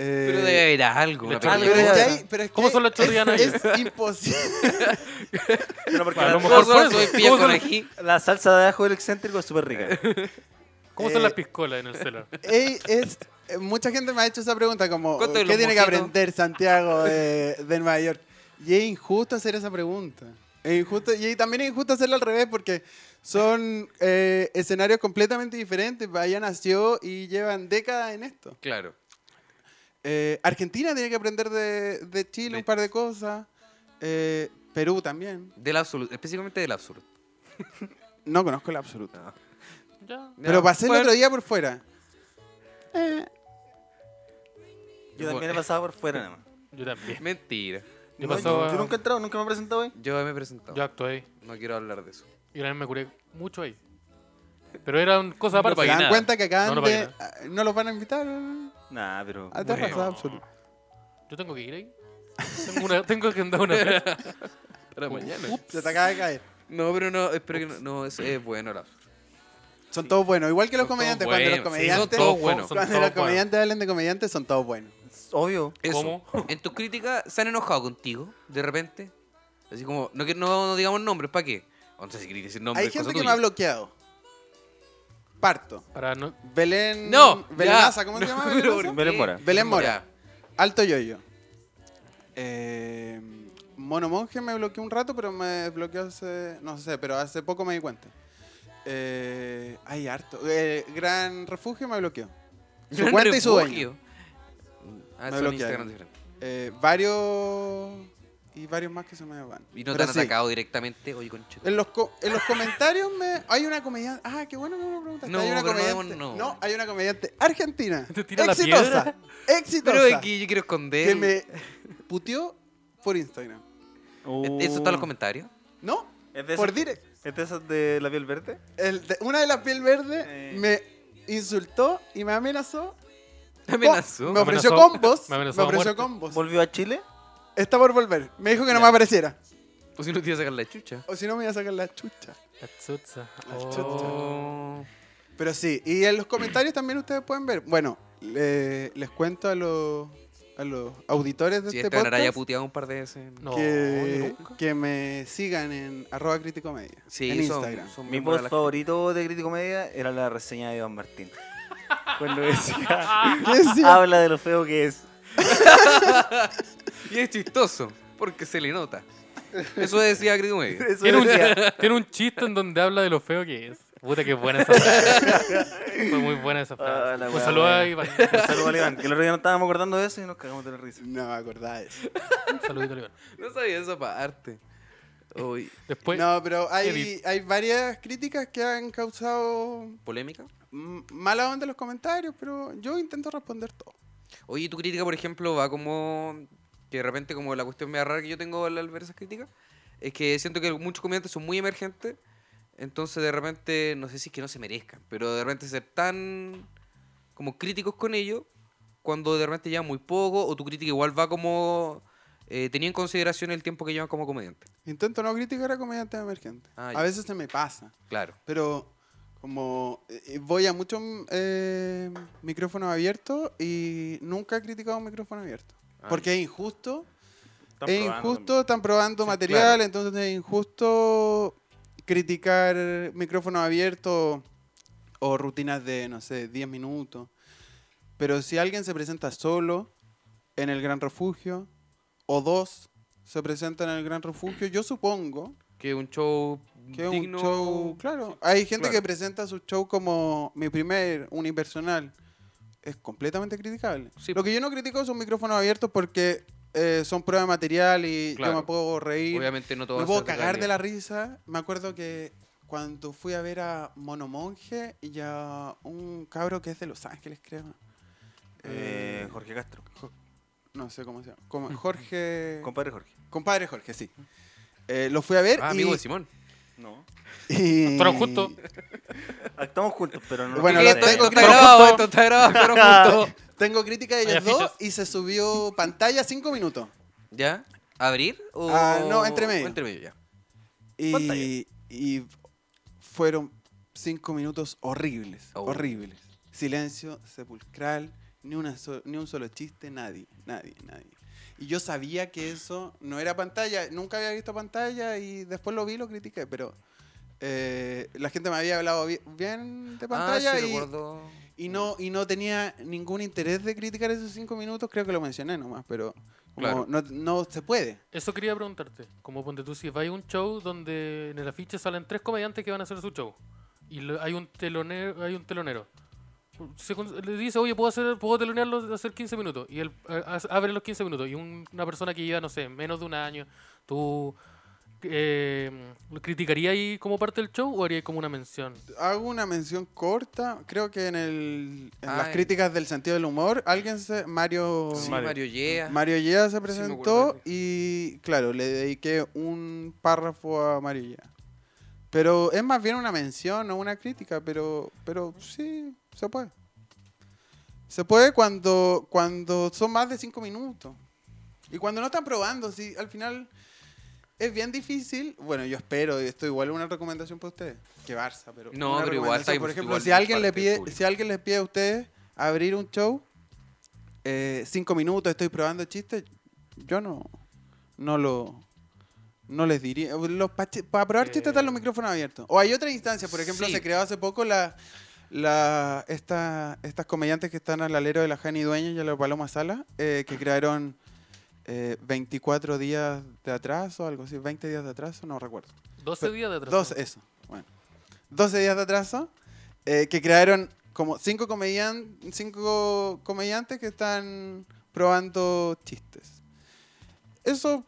Speaker 5: Eh,
Speaker 2: Pero debe haber algo. una
Speaker 3: le-
Speaker 5: pero
Speaker 2: pequeña
Speaker 5: es que
Speaker 4: algo
Speaker 2: cosa.
Speaker 5: hay- pero es que
Speaker 3: ¿Cómo son los chorrillanos
Speaker 5: Es, es imposible.
Speaker 4: Bueno, porque
Speaker 3: A
Speaker 4: la,
Speaker 3: lo mejor
Speaker 2: Yo solo
Speaker 3: por eso.
Speaker 2: soy pilla
Speaker 3: ¿Cómo
Speaker 2: con
Speaker 3: se-
Speaker 2: ají.
Speaker 4: la salsa de ajo del excéntrico es súper rica.
Speaker 3: ¿Cómo
Speaker 5: Eh,
Speaker 3: son las piscolas en el
Speaker 4: (laughs)
Speaker 3: celular?
Speaker 5: Ey, es- eh, mucha gente me ha hecho esa pregunta como,
Speaker 2: ¿Cuánto de
Speaker 5: ¿qué
Speaker 2: los
Speaker 5: tiene que
Speaker 2: mojitos?
Speaker 5: aprender Santiago de, de Nueva York? Y es injusto hacer esa pregunta. Es injusto, y también es injusto hacerla al revés porque son eh, escenarios completamente diferentes. Bahía nació y llevan décadas en esto.
Speaker 2: Claro.
Speaker 5: Eh, Argentina tiene que aprender de, de Chile
Speaker 2: De-
Speaker 5: un par de cosas. Eh, Perú también.
Speaker 2: Del absoluto. Específicamente del absoluto.
Speaker 5: No conozco la absoluta.
Speaker 3: Ya.
Speaker 5: Pero pasé
Speaker 2: Bueno,
Speaker 5: el otro día por fuera.
Speaker 4: Yo también he pasado por fuera nada más.
Speaker 3: Yo también.
Speaker 2: Mentira.
Speaker 3: Yo,
Speaker 4: No,
Speaker 3: pasaba-
Speaker 4: yo nunca he entrado, nunca me he presentado ahí.
Speaker 2: Yo me he presentado.
Speaker 3: yo actué ahí.
Speaker 2: No quiero hablar de eso.
Speaker 3: Y una vez me curé mucho ahí. Pero eran cosas
Speaker 2: No
Speaker 3: aparte.
Speaker 5: ¿Se
Speaker 2: pagué
Speaker 5: dan
Speaker 2: nada.
Speaker 5: cuenta que
Speaker 3: No,
Speaker 5: acaban
Speaker 3: no pagué
Speaker 5: de... ah, ¿No los van a invitar? Ah,
Speaker 4: Nah, pero...
Speaker 5: A Terraza
Speaker 2: Bueno.
Speaker 5: Absoluta.
Speaker 3: Yo tengo que ir ahí. Tengo, una, tengo agendado una hora.
Speaker 2: Para mañana.
Speaker 5: Se te acaba de caer.
Speaker 2: No, pero no, espero que no. No, es, es bueno el absoluto.
Speaker 5: Son todos buenos. Igual que los
Speaker 2: Son todos
Speaker 5: comediantes. Cuando los
Speaker 2: buenos, sí,
Speaker 5: comediantes,
Speaker 2: son todos buenos.
Speaker 3: Son
Speaker 5: cuando
Speaker 3: todos
Speaker 5: los
Speaker 3: buenos.
Speaker 5: comediantes hablan de comediantes, son todos buenos.
Speaker 4: Obvio.
Speaker 2: Eso.
Speaker 3: ¿Cómo?
Speaker 2: En tus críticas, ¿se han enojado contigo de repente? Así como, no, que- no, no digamos nombres, ¿para qué? O no sé si queréis decir nombres.
Speaker 5: Hay gente
Speaker 2: cosa
Speaker 5: que me
Speaker 2: tuya.
Speaker 5: ha bloqueado. Parto.
Speaker 3: Para no,
Speaker 5: Belén...
Speaker 2: No,
Speaker 5: Belén
Speaker 2: ya.
Speaker 5: Maza, ¿Cómo se llama
Speaker 2: No,
Speaker 5: Belén
Speaker 2: pero
Speaker 5: Maza?
Speaker 4: Belén Mora.
Speaker 5: Belén Mora. Alto Yoyo. Eh, Mono Monje me bloqueó un rato, pero me bloqueó hace. No sé, pero hace poco me di cuenta. Eh, hay harto. Eh, Gran Refugio me bloqueó. Su
Speaker 2: Gran
Speaker 5: cuenta y su dueño.
Speaker 2: refugio. Ah,
Speaker 5: Me
Speaker 2: son
Speaker 5: bloquearon.
Speaker 2: Instagram diferentes.
Speaker 5: Eh, varios. Y varios más que se me van.
Speaker 2: Y no te
Speaker 5: Pero
Speaker 2: han
Speaker 5: sí,
Speaker 2: atacado directamente. Oye, conchito.
Speaker 5: En los, co- en los comentarios me. Hay una comediante. Ah, qué bueno que me lo preguntaste.
Speaker 2: No,
Speaker 5: hay una
Speaker 2: pero no,
Speaker 5: comediante.
Speaker 2: no.
Speaker 5: hay una comediante argentina.
Speaker 3: (laughs) Te tira la
Speaker 5: exitosa.
Speaker 3: piedra.
Speaker 5: exitosa.
Speaker 2: Pero es que yo quiero esconder.
Speaker 5: que me puteó por Instagram.
Speaker 2: ¿E- ¿Eso está en los comentarios?
Speaker 5: ¿No?
Speaker 4: ¿Es de
Speaker 5: por
Speaker 4: esas-
Speaker 5: direct.
Speaker 4: ¿Es de esas de la piel verde?
Speaker 5: El de- una de las piel verde
Speaker 4: Eh.
Speaker 5: me insultó y me amenazó.
Speaker 2: Me amenazó.
Speaker 5: Me ofreció
Speaker 3: Amenazó- me
Speaker 5: combos. Me
Speaker 3: amenazó
Speaker 5: ofreció
Speaker 3: a muerte.
Speaker 5: combos.
Speaker 4: ¿Volvió a Chile?
Speaker 5: Está por volver. Me dijo que no
Speaker 4: Ya.
Speaker 5: me apareciera.
Speaker 2: O Pues si no te iba a sacar la chucha.
Speaker 5: O si no me iba a sacar la chucha.
Speaker 3: La chucha.
Speaker 5: La
Speaker 3: Oh.
Speaker 5: Pero sí, y en los comentarios también ustedes pueden ver. Bueno, le- les cuento a los, a los auditores de
Speaker 2: Si
Speaker 5: este
Speaker 2: este ganará ya
Speaker 5: podcast
Speaker 2: puteado un par de veces.
Speaker 3: No,
Speaker 5: que,
Speaker 3: yo nunca.
Speaker 5: que me sigan en arroba crítico media.
Speaker 2: Sí,
Speaker 5: en
Speaker 2: son-
Speaker 5: Instagram. (laughs)
Speaker 2: son
Speaker 4: Mi
Speaker 2: bien buenas
Speaker 4: post
Speaker 2: las-
Speaker 4: favorito de Crítico Media era la reseña de Iván (laughs) Martín. Cuando decía,
Speaker 5: ¿Qué decía?
Speaker 2: Ah.
Speaker 4: habla de lo feo que es.
Speaker 2: Y es chistoso, porque se le nota. Eso decía Grid Medio.
Speaker 4: Eso
Speaker 3: Tiene un,
Speaker 4: (laughs) decía.
Speaker 3: tiene un chiste en donde habla de lo feo que es. Puta, qué buena esa
Speaker 4: (laughs)
Speaker 3: frase. Fue muy buena esa
Speaker 4: Ah,
Speaker 3: frase.
Speaker 4: la
Speaker 3: Un
Speaker 4: wea
Speaker 3: saludo
Speaker 4: buena.
Speaker 3: a Iván.
Speaker 4: Un saludo a Iván, que el otro día no estábamos acordando de eso y nos cagamos de la risa.
Speaker 5: No me acordaba de eso.
Speaker 3: Un saludito a Iván.
Speaker 2: (laughs) No sabía esa parte. Uy,
Speaker 3: Después,
Speaker 5: no, pero hay,
Speaker 3: edit.
Speaker 5: hay varias críticas que han causado
Speaker 2: ¿Polémica?
Speaker 5: m- mala onda en los comentarios, pero yo intento responder todo.
Speaker 2: Oye, tu crítica, por ejemplo, va como. Que de repente, como la cuestión media rara que yo tengo al al ver esas críticas, es que siento que muchos comediantes son muy emergentes. Entonces, de repente, no sé si es que no se merezcan, pero de repente ser tan. como críticos con ellos, cuando de repente llevan muy poco, o tu crítica igual va como. eh, tenía en consideración el tiempo que llevan como comediante.
Speaker 5: Intento no criticar a comediantes emergentes.
Speaker 2: Ah, ya.
Speaker 5: a veces se me pasa.
Speaker 2: Claro.
Speaker 5: Pero como eh, voy a muchos mm, eh, micrófonos abiertos y nunca he criticado un micrófono abierto.
Speaker 2: Ah,
Speaker 5: porque es injusto.
Speaker 4: Están
Speaker 5: Es
Speaker 4: probando
Speaker 5: injusto, están probando
Speaker 2: Sí,
Speaker 5: material,
Speaker 2: claro.
Speaker 5: entonces es injusto criticar micrófonos abiertos o rutinas de, no sé, 10 minutos. Pero si alguien se presenta solo en el Gran Refugio, o dos se presentan en el Gran Refugio, yo supongo
Speaker 2: Que un show
Speaker 5: que es un
Speaker 2: digno.
Speaker 5: show, claro. Hay gente
Speaker 2: claro.
Speaker 5: que presenta su show como mi primer unipersonal. Es completamente criticable.
Speaker 2: Sí.
Speaker 5: Lo que yo no critico son micrófonos abiertos porque eh, son pruebas de material y yo
Speaker 2: Claro.
Speaker 5: me puedo reír.
Speaker 2: Obviamente no todo va
Speaker 5: me
Speaker 2: a
Speaker 5: puedo
Speaker 2: ser
Speaker 5: cagar de
Speaker 2: calidad.
Speaker 5: la risa. Me acuerdo que cuando fui a ver a Monomonje y a un cabro que es de Los Ángeles, creo.
Speaker 4: también. Eh, Jorge Castro.
Speaker 5: No sé cómo se llama.
Speaker 2: (laughs)
Speaker 5: Como- Jorge.
Speaker 4: Compadre Jorge.
Speaker 5: Compadre Jorge, sí. Eh, lo fui a ver.
Speaker 2: Ah,
Speaker 5: y-
Speaker 2: amigo de Simón.
Speaker 4: No.
Speaker 5: y-
Speaker 3: Actuaron juntos.
Speaker 4: Actuamos juntos, pero no.
Speaker 5: Bueno,
Speaker 2: Oye,
Speaker 5: lo
Speaker 2: esto, esto
Speaker 5: tengo
Speaker 2: está
Speaker 5: que-
Speaker 2: grabado, esto está grabado, pero
Speaker 5: (laughs)
Speaker 2: justo.
Speaker 5: Tengo crítica de
Speaker 3: Vaya
Speaker 5: ellos dos
Speaker 3: fichas.
Speaker 5: y se subió pantalla cinco minutos.
Speaker 2: ¿Ya? ¿Abrir? O...
Speaker 5: Ah, no, entre medio.
Speaker 2: Entre medio, ya. Pantalla.
Speaker 5: Y, y fueron cinco minutos horribles,
Speaker 2: Oh.
Speaker 5: horribles. Silencio sepulcral, ni, una so- ni un solo chiste, nadie, nadie, nadie. Y yo sabía que eso no era pantalla, nunca había visto pantalla y después lo vi, lo critiqué, pero eh, la gente me había hablado bi- bien de pantalla
Speaker 2: ah, sí,
Speaker 5: y,
Speaker 2: recuerdo.
Speaker 5: y no, y no tenía ningún interés de criticar esos cinco minutos, creo que lo mencioné nomás, pero como
Speaker 2: Claro.
Speaker 5: no, no se puede.
Speaker 3: eso quería preguntarte. Como ponte tú, si vais a un show donde en el afiche salen tres comediantes que van a hacer su show y lo- hay un telonero, hay un telonero. Se con- le dice, oye, puedo hacer, puedo telonearlo hacer 15 minutos. Y él eh, hace- abre los 15 minutos. Y un- una persona que lleva, no sé, menos de un año, ¿tú eh, lo criticarías ahí como parte del show o harías como una mención?
Speaker 5: Hago una mención corta, creo que en, el, en las
Speaker 2: Ah, en-
Speaker 5: críticas del sentido del humor, alguien se, Mario
Speaker 2: Sí,
Speaker 4: Mario.
Speaker 2: Mario, Yea.
Speaker 5: Mario Yea se
Speaker 2: me acuerdo
Speaker 5: presentó
Speaker 2: de
Speaker 5: y claro, le dediqué un párrafo a Mario Yea. Pero es más bien una mención, no una crítica, pero, pero sí, se puede. Se puede cuando, cuando son más de cinco minutos. Y cuando no están probando, si al final es bien difícil. Bueno, yo espero, y esto igual es una recomendación para ustedes. Que Barça, pero.
Speaker 2: No,
Speaker 5: una
Speaker 2: pero igual
Speaker 5: recomendación.
Speaker 2: está
Speaker 5: Por ejemplo,
Speaker 2: igual
Speaker 5: si alguien,
Speaker 2: parte
Speaker 5: le
Speaker 2: del
Speaker 5: pide,
Speaker 2: público.
Speaker 5: si alguien les pide a ustedes abrir un show, eh, cinco minutos, estoy probando chistes, yo no, no lo. No les diría. Los pachi- para probar
Speaker 3: Eh.
Speaker 5: chistes están los micrófonos abiertos. O hay otra instancia, por ejemplo,
Speaker 2: Sí.
Speaker 5: se creó hace poco la, la, esta- estas comediantes que están al alero de la Jani Dueño y a la Paloma Sala, eh, que crearon eh, 24 días de atraso, algo así, 20 días de atraso, no recuerdo.
Speaker 3: 12 días de atraso.
Speaker 5: Dos, eso. Bueno. 12 días de atraso eh, que crearon como cinco, comedian, cinco comediantes que están probando chistes. Eso,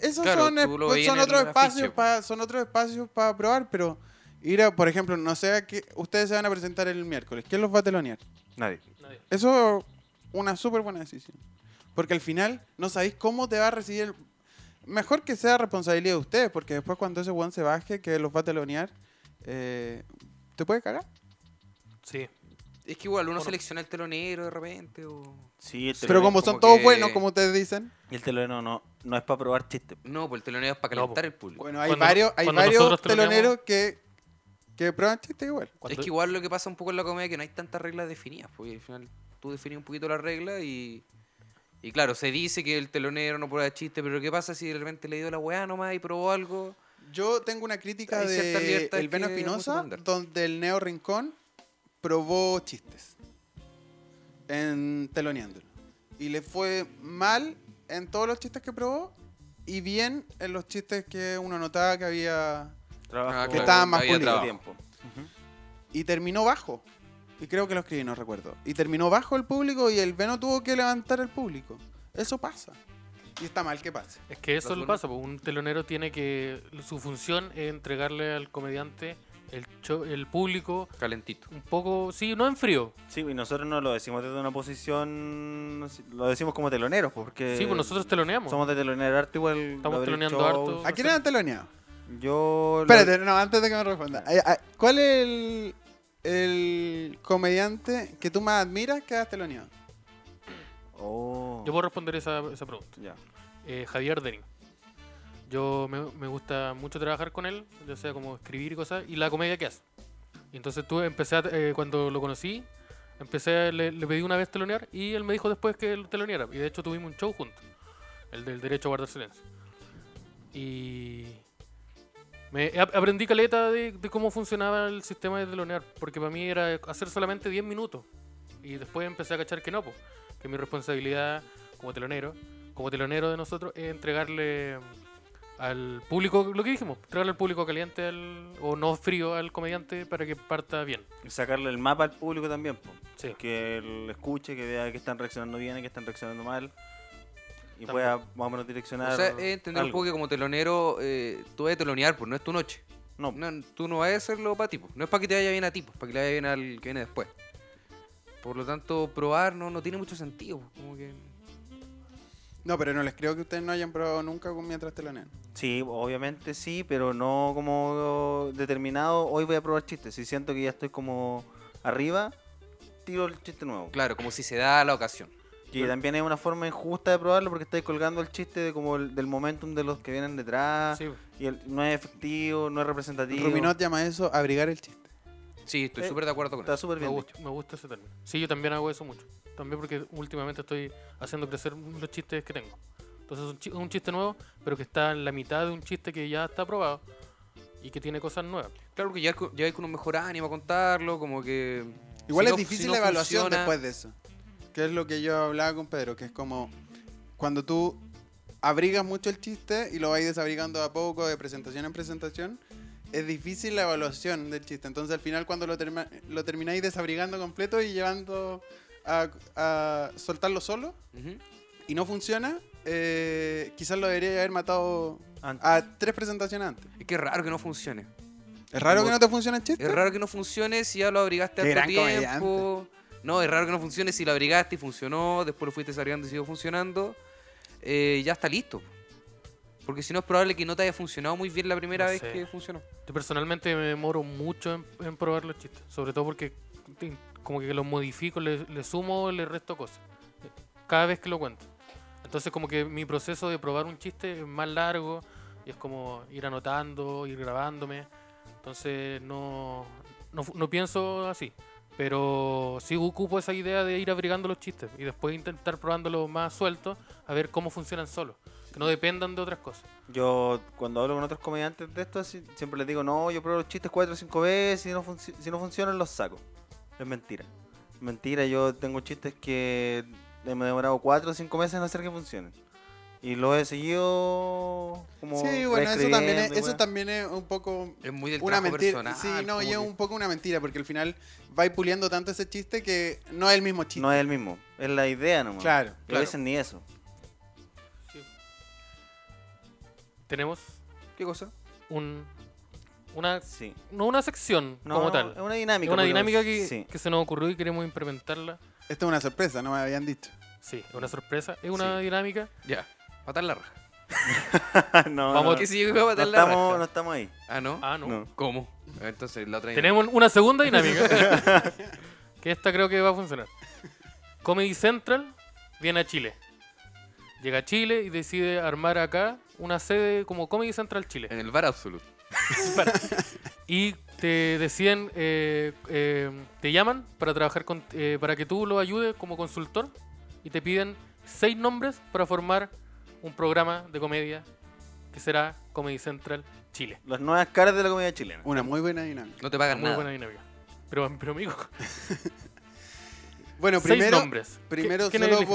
Speaker 5: esos
Speaker 2: Claro,
Speaker 5: son, es-
Speaker 2: tú lo veías
Speaker 5: son
Speaker 2: en el
Speaker 5: otros
Speaker 2: afiche, pues.
Speaker 5: espacios
Speaker 2: po.
Speaker 5: pa- son otros espacios para probar, pero ir a, por ejemplo, no sé a qué, ustedes se van a presentar el miércoles. ¿Quién los va a telonear?
Speaker 4: Nadie.
Speaker 3: Nadie.
Speaker 5: Eso es una súper buena decisión. Porque al final no sabéis cómo te va a recibir el... Mejor que sea responsabilidad de ustedes, porque después cuando ese weón se baje, que los va a telonear, eh, te puede cagar.
Speaker 3: Sí.
Speaker 2: Es que igual uno
Speaker 3: Por-
Speaker 2: selecciona el telonero de repente o...
Speaker 4: Sí, el
Speaker 5: Pero
Speaker 4: telonero,
Speaker 5: como
Speaker 2: como
Speaker 5: son todos
Speaker 2: que-
Speaker 5: buenos, como ustedes dicen.
Speaker 4: el telonero no, no es para probar chistes.
Speaker 2: No, pues el telonero es para
Speaker 3: No,
Speaker 2: calentar
Speaker 3: po.
Speaker 2: el público.
Speaker 5: Bueno, hay
Speaker 3: Cuando-
Speaker 5: varios, hay
Speaker 3: cuando
Speaker 5: varios
Speaker 3: nosotros teloneamos-
Speaker 5: teloneros que, que prueban chistes igual.
Speaker 3: Cuando-
Speaker 2: Es que igual lo que pasa un poco en la comedia es que no hay tantas reglas definidas, porque al final tú definís un poquito la regla y... Y claro, se dice que el telonero no puede dar chiste, pero ¿qué pasa si de repente le dio la weá nomás y probó algo?
Speaker 5: Yo tengo una crítica
Speaker 2: Hay ciertas
Speaker 5: de
Speaker 2: libertades
Speaker 5: El Veno
Speaker 2: que
Speaker 5: Espinosa,
Speaker 2: vamos a mandar.
Speaker 5: donde el Neo Rincón probó chistes en teloneándolo. Y le fue mal en todos los chistes que probó y bien en los chistes que uno notaba que había...
Speaker 4: Trabajo
Speaker 2: Ah,
Speaker 5: que
Speaker 2: claro,
Speaker 5: estaban más
Speaker 2: había
Speaker 5: pulidos.
Speaker 2: trabajo.
Speaker 4: tiempo.
Speaker 5: Y terminó bajo. Y creo que lo escribí, no recuerdo. Y terminó bajo el público y el Veno tuvo que levantar el público. Eso pasa. Y está mal que pase.
Speaker 3: Es que eso
Speaker 2: Los
Speaker 3: le
Speaker 2: buenos-
Speaker 3: pasa, po. un telonero tiene que. Su función es entregarle al comediante el, show- el público
Speaker 2: Calentito.
Speaker 3: un poco. Sí, no en frío.
Speaker 4: Sí, y nosotros no lo decimos desde una posición, no sé, lo decimos como teloneros, porque...
Speaker 2: Eh,
Speaker 3: sí, pues nosotros teloneamos.
Speaker 4: Somos de telonear arte igual.
Speaker 3: Estamos
Speaker 4: abrir
Speaker 3: teloneando
Speaker 4: shows.
Speaker 3: harto.
Speaker 5: ¿A quién eran teloneados?
Speaker 4: Yo... lo-
Speaker 5: Espérate, no, antes de que me responda. Ay, ay, ¿Cuál es el, el comediante que tú más admiras que has teloneado?
Speaker 4: Oh.
Speaker 3: Yo puedo responder esa, esa pregunta.
Speaker 4: Ya.
Speaker 3: Eh, Javier Derin. Yo me, me gusta mucho trabajar con él, ya sea como escribir y cosas, y la comedia que hace. Y entonces tú empecé, a- eh, cuando lo conocí, empecé, a- le, le pedí una vez telonear y él me dijo después que él teloneara. Y de hecho tuvimos un show juntos, el del derecho a guardar silencio. Y me ap- aprendí caleta de, de cómo funcionaba el sistema de telonear, porque para mí era hacer solamente 10 minutos. Y después empecé a cachar que no, po, que mi responsabilidad como telonero como telonero de nosotros es entregarle al público lo que dijimos, entregarle al público caliente al- o no frío al comediante para que parta bien.
Speaker 4: Y Sacarle el mapa al público también, po.
Speaker 3: Sí.
Speaker 4: que lo escuche, que vea que están reaccionando bien, que están reaccionando mal. Y
Speaker 3: También.
Speaker 4: pueda más o menos direccionar.
Speaker 2: O sea, es entender un
Speaker 4: algo.
Speaker 2: poco que como telonero eh, tú vas a telonear, pues no es tu noche.
Speaker 4: No,
Speaker 2: No, tú no vas a hacerlo para ti, po. no es para que te vaya bien a ti, po, es para que le vaya bien al que viene después. Por lo tanto, probar no, no tiene mucho sentido. po, Como que...
Speaker 5: No, pero no les creo que ustedes no hayan probado nunca con mientras telonean.
Speaker 4: sí, obviamente sí, pero no como determinado. Hoy voy a probar chistes. Si siento que ya estoy como arriba, tiro el chiste nuevo.
Speaker 2: Claro, como si se da la ocasión.
Speaker 4: Que también es una forma injusta de probarlo porque estáis colgando el chiste de como el- del momentum de los que vienen detrás.
Speaker 3: Sí,
Speaker 4: Y el- no es efectivo, no es representativo.
Speaker 5: Ruminot llama eso abrigar el chiste.
Speaker 2: Sí, estoy
Speaker 4: Eh,
Speaker 2: súper de acuerdo con
Speaker 4: Está
Speaker 2: eso.
Speaker 4: súper
Speaker 3: me,
Speaker 4: bien.
Speaker 3: gusta, me gusta ese término. Sí, yo también hago eso mucho. También porque últimamente estoy haciendo crecer los chistes que tengo. Entonces es un chi- es un chiste nuevo, pero que está en la mitad de un chiste que ya está probado y que tiene cosas nuevas.
Speaker 2: Claro que ya, es co- ya hay con un mejor ánimo a contarlo, como que... si
Speaker 5: Igual es
Speaker 2: no-
Speaker 5: difícil
Speaker 2: si no
Speaker 5: la evaluación
Speaker 2: funciona-
Speaker 5: después de eso. Que es lo que yo hablaba con Pedro, que es como cuando tú abrigas mucho el chiste y lo vais desabrigando de a poco, de presentación en presentación, es difícil la evaluación del chiste. Entonces al final cuando lo, terma- lo termináis desabrigando completo y llevando a, a soltarlo solo
Speaker 2: Ujú.
Speaker 5: y no funciona, eh, quizás lo debería haber matado
Speaker 4: Antes.
Speaker 5: a tres presentaciones antes.
Speaker 2: Es que es raro que no funcione.
Speaker 5: Es raro
Speaker 2: Como-
Speaker 5: que no te funcione el chiste.
Speaker 2: Es raro que no funcione si ya lo abrigaste
Speaker 5: Qué
Speaker 2: harto
Speaker 5: gran
Speaker 2: tiempo. No, es raro que no funcione si lo abrigaste y funcionó, después lo fuiste desarrollando y siguió funcionando. Eh, ya está listo. Porque si no es probable que no te haya funcionado muy bien la primera
Speaker 3: No
Speaker 2: vez
Speaker 3: sé.
Speaker 2: que funcionó.
Speaker 3: Yo personalmente me demoro mucho en, en probar los chistes, sobre todo porque tin- como que los modifico, le, le sumo, le resto cosas, eh, cada vez que lo cuento. Entonces como que mi proceso de probar un chiste es más largo y es como ir anotando, ir grabándome, entonces no, no, fu- no pienso así. Pero sí ocupo esa idea de ir abrigando los chistes y después intentar probándolos más sueltos a ver cómo funcionan solos, que no dependan de otras cosas.
Speaker 4: Yo cuando hablo con otros comediantes de esto si- siempre les digo, no, yo pruebo los chistes cuatro o cinco veces, si no, funci- si no funcionan los saco. Es mentira. Mentira, yo tengo chistes que me he demorado cuatro o cinco meses en hacer que funcionen. Y lo he seguido como.
Speaker 5: Sí, bueno, eso
Speaker 4: recreando
Speaker 5: también, es,
Speaker 4: y
Speaker 5: eso
Speaker 4: weá.
Speaker 5: también es un poco
Speaker 2: Es muy del
Speaker 5: una
Speaker 2: trabajo
Speaker 5: mentira.
Speaker 2: personal.
Speaker 5: sí, no,
Speaker 2: como
Speaker 5: y es
Speaker 2: que-
Speaker 5: un poco una mentira, porque al final vais puliendo tanto ese chiste que no es el mismo chiste.
Speaker 4: No es el mismo. Es la idea nomás.
Speaker 5: Claro,
Speaker 4: Y
Speaker 2: claro.
Speaker 4: A veces ni eso.
Speaker 3: Tenemos
Speaker 2: ¿Qué cosa?
Speaker 3: un, una,
Speaker 4: Sí.
Speaker 3: no una sección
Speaker 4: No,
Speaker 3: como tal.
Speaker 4: Es una dinámica.
Speaker 3: Es una
Speaker 4: podríamos-
Speaker 3: dinámica que,
Speaker 4: Sí. (laughs)
Speaker 3: que se nos ocurrió y queremos implementarla.
Speaker 5: Esto es una sorpresa, no me habían dicho.
Speaker 3: Sí, es una sorpresa, es una dinámica.
Speaker 2: Ya. Matar la raja.
Speaker 4: Ah, no,
Speaker 3: Vamos
Speaker 4: no,
Speaker 2: ¿Por qué si yo iba a
Speaker 4: no
Speaker 2: matar la
Speaker 4: estamos,
Speaker 2: raja?
Speaker 4: no estamos ahí.
Speaker 2: Ah, ¿no?
Speaker 3: Ah, no.
Speaker 4: No.
Speaker 2: ¿Cómo? Entonces la otra
Speaker 3: Tenemos una segunda dinámica. (laughs) que esta creo que va a funcionar. Comedy Central viene a Chile. Llega a Chile y decide armar acá una sede como Comedy Central Chile.
Speaker 2: En el bar absoluto.
Speaker 3: Para. Y te decían, eh, eh, te llaman para trabajar con, eh, para que tú lo ayudes como consultor y te piden seis nombres para formar un programa de comedia que será Comedy Central Chile.
Speaker 4: Las nuevas caras de la comedia chilena.
Speaker 5: Una muy buena dinámica.
Speaker 2: No te pagan
Speaker 3: Muy
Speaker 2: Ah, nada. (laughs)
Speaker 3: buena dinámica. Pero, pero
Speaker 5: (laughs)
Speaker 3: amigo,
Speaker 5: Bueno,
Speaker 3: seis
Speaker 5: primero,
Speaker 3: nombres. ¿Qué-
Speaker 5: primero
Speaker 3: quién
Speaker 5: solo
Speaker 3: elige?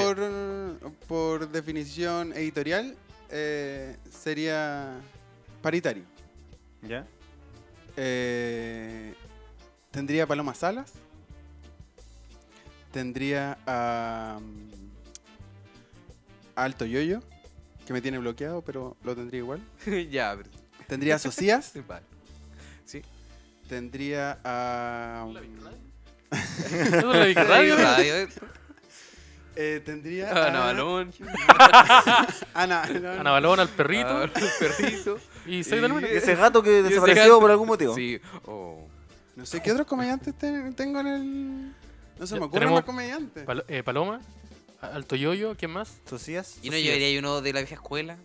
Speaker 5: por, por definición editorial, eh, sería paritario.
Speaker 4: ¿Ya?
Speaker 5: Eh, tendría a Paloma Salas. Tendría a, mm, a Alto Yoyo, que me tiene bloqueado, pero lo tendría igual.
Speaker 2: ya, pero...
Speaker 5: Tendría a Socias.
Speaker 2: Vale.
Speaker 5: tendría a.
Speaker 3: Eso es la Big
Speaker 5: (laughs)
Speaker 2: Radio,
Speaker 3: Radio, ¿no?
Speaker 2: radio, eh. Ah,
Speaker 5: eh, tendría a.
Speaker 2: Ana Balón.
Speaker 3: Ah,
Speaker 5: Ana, no, no.
Speaker 3: Ana Balón, al perrito
Speaker 2: Ah,
Speaker 5: (laughs)
Speaker 2: Perrito.
Speaker 3: y seis de la
Speaker 2: y-
Speaker 3: luna.
Speaker 4: Ese
Speaker 3: (laughs)
Speaker 4: gato que
Speaker 2: ese
Speaker 4: desapareció
Speaker 2: gato.
Speaker 4: por algún motivo.
Speaker 2: Sí. Oh.
Speaker 5: No sé qué otros comediantes ten- tengo en el. No se
Speaker 3: Ya,
Speaker 5: me ocurren
Speaker 3: tenemos
Speaker 5: más comediantes.
Speaker 3: Pal- eh, Paloma, Alto Yoyo, ¿quién más?
Speaker 4: ¿Socias?
Speaker 2: ¿Y no llevaría uno de la vieja escuela?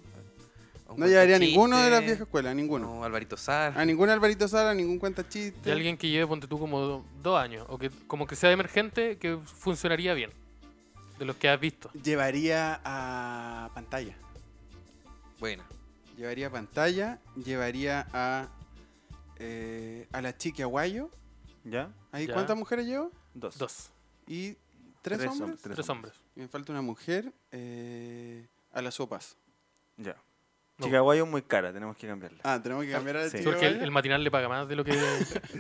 Speaker 2: ¿Un
Speaker 5: No llevaría a
Speaker 2: cuentachiste?
Speaker 5: ninguno de las viejas escuelas, ninguno.
Speaker 2: No, Alvarito Sar.
Speaker 5: A ningún Alvarito Sala, a ningún cuenta chiste.
Speaker 3: De alguien que lleve, ponte tú, como do- dos años. O que como que sea emergente, que funcionaría bien. De los que has visto.
Speaker 5: Llevaría a pantalla.
Speaker 2: Buena.
Speaker 5: Llevaría pantalla, llevaría a, eh, a la chica guayo.
Speaker 4: ¿Ya?
Speaker 5: ¿Ahí
Speaker 3: Ya.
Speaker 5: cuántas mujeres llevo?
Speaker 4: Dos.
Speaker 3: Dos.
Speaker 5: Y tres,
Speaker 4: Tres
Speaker 5: hombres.
Speaker 4: hombres, tres.
Speaker 3: Tres hombres.
Speaker 5: Me falta una mujer. eh, a las sopas.
Speaker 4: Ya.
Speaker 3: No.
Speaker 4: Chicaguayo es muy cara, tenemos que cambiarla.
Speaker 3: (laughs)
Speaker 5: Ah, tenemos que cambiar a la
Speaker 4: Sí.
Speaker 5: chica
Speaker 3: Porque el,
Speaker 5: guayo.
Speaker 3: el matinal le paga más de lo que. (laughs)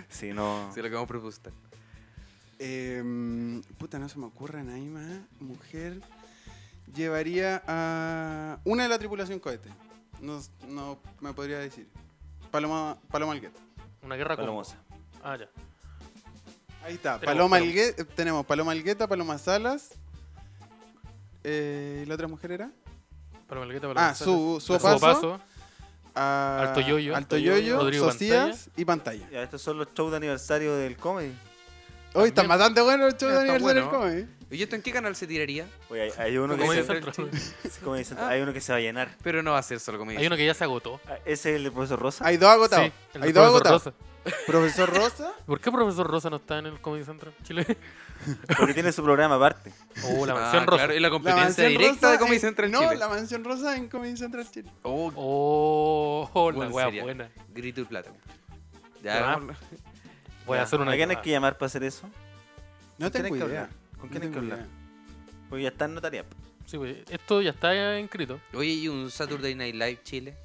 Speaker 4: Sí, no.
Speaker 2: Sí, lo que vamos a propustar.
Speaker 5: Em, puta, no se me ocurre nadie más. Mujer. Llevaría a una de la tripulación cohete. No, no me podría decir. Paloma, Paloma Alguet.
Speaker 3: Una guerra con.
Speaker 4: Palomosa.
Speaker 3: Ah, ya.
Speaker 5: Ahí está.
Speaker 3: Tenemos
Speaker 5: Paloma
Speaker 3: Paloma.
Speaker 5: Alguet- eh, tenemos Paloma Algueta, Paloma Salas. eh, ¿Y la otra mujer era?
Speaker 3: Paloma Algueta, Paloma
Speaker 5: Ah,
Speaker 3: Sala.
Speaker 5: su, su
Speaker 3: Su
Speaker 5: paso,
Speaker 3: paso.
Speaker 5: a-
Speaker 3: Alto Yoyo.
Speaker 5: Alto Yoyo,
Speaker 3: Rodrigo
Speaker 5: Socias y Pantalla.
Speaker 4: Ya, estos son los shows de aniversario del comedy.
Speaker 5: Hoy están
Speaker 3: También.
Speaker 5: bastante buenos los shows de
Speaker 2: Está
Speaker 5: aniversario
Speaker 2: bueno.
Speaker 5: del Comedy.
Speaker 2: ¿Y esto en qué canal se tiraría?
Speaker 4: Oye, hay, hay uno que
Speaker 3: Como
Speaker 2: Comedia
Speaker 4: se,
Speaker 3: dice
Speaker 2: Central
Speaker 3: otro. (laughs)
Speaker 4: como dicen, hay uno que se va a llenar.
Speaker 2: Pero no va a ser solo comedia.
Speaker 3: Hay uno que ya se agotó.
Speaker 4: Ah, Ese es el de profesor Rosa.
Speaker 5: Hay dos agotados.
Speaker 3: Sí, el
Speaker 5: Hay
Speaker 3: de
Speaker 5: dos
Speaker 3: Profesor
Speaker 5: agotados.
Speaker 3: Rosa.
Speaker 2: (laughs)
Speaker 5: Profesor Rosa.
Speaker 3: ¿Por qué Profesor Rosa no está en el Comedy Central Chile?
Speaker 4: Porque tiene su programa aparte.
Speaker 3: Oh, la
Speaker 2: Ah,
Speaker 3: mansión Rosa.
Speaker 2: claro, es la
Speaker 5: La
Speaker 2: competencia
Speaker 5: mansión
Speaker 2: directa
Speaker 5: rosa
Speaker 2: de Comedy
Speaker 5: en-
Speaker 2: Central
Speaker 5: no,
Speaker 2: Chile.
Speaker 5: la mansión rosa en Comedy Central Chile.
Speaker 2: Oh,
Speaker 3: Oh, la
Speaker 2: Bueno,
Speaker 3: wea
Speaker 2: sería.
Speaker 3: buena.
Speaker 2: grito y plata.
Speaker 3: Ah.
Speaker 2: Ya, hagámoslo.
Speaker 3: (laughs) Voy a
Speaker 2: Ya.
Speaker 3: hacer una.
Speaker 4: ¿A quién hay
Speaker 3: llamada.
Speaker 4: que llamar para hacer eso?
Speaker 5: No
Speaker 4: ¿Con quién
Speaker 5: tengo
Speaker 4: hay que
Speaker 5: idea.
Speaker 4: hablar? ¿Con quién hay que
Speaker 5: tengo
Speaker 4: hablar?
Speaker 5: idea.
Speaker 4: Porque ya está en notaría.
Speaker 3: Sí, pues, esto ya está inscrito.
Speaker 2: Oye, y un Saturday Night Live Chile.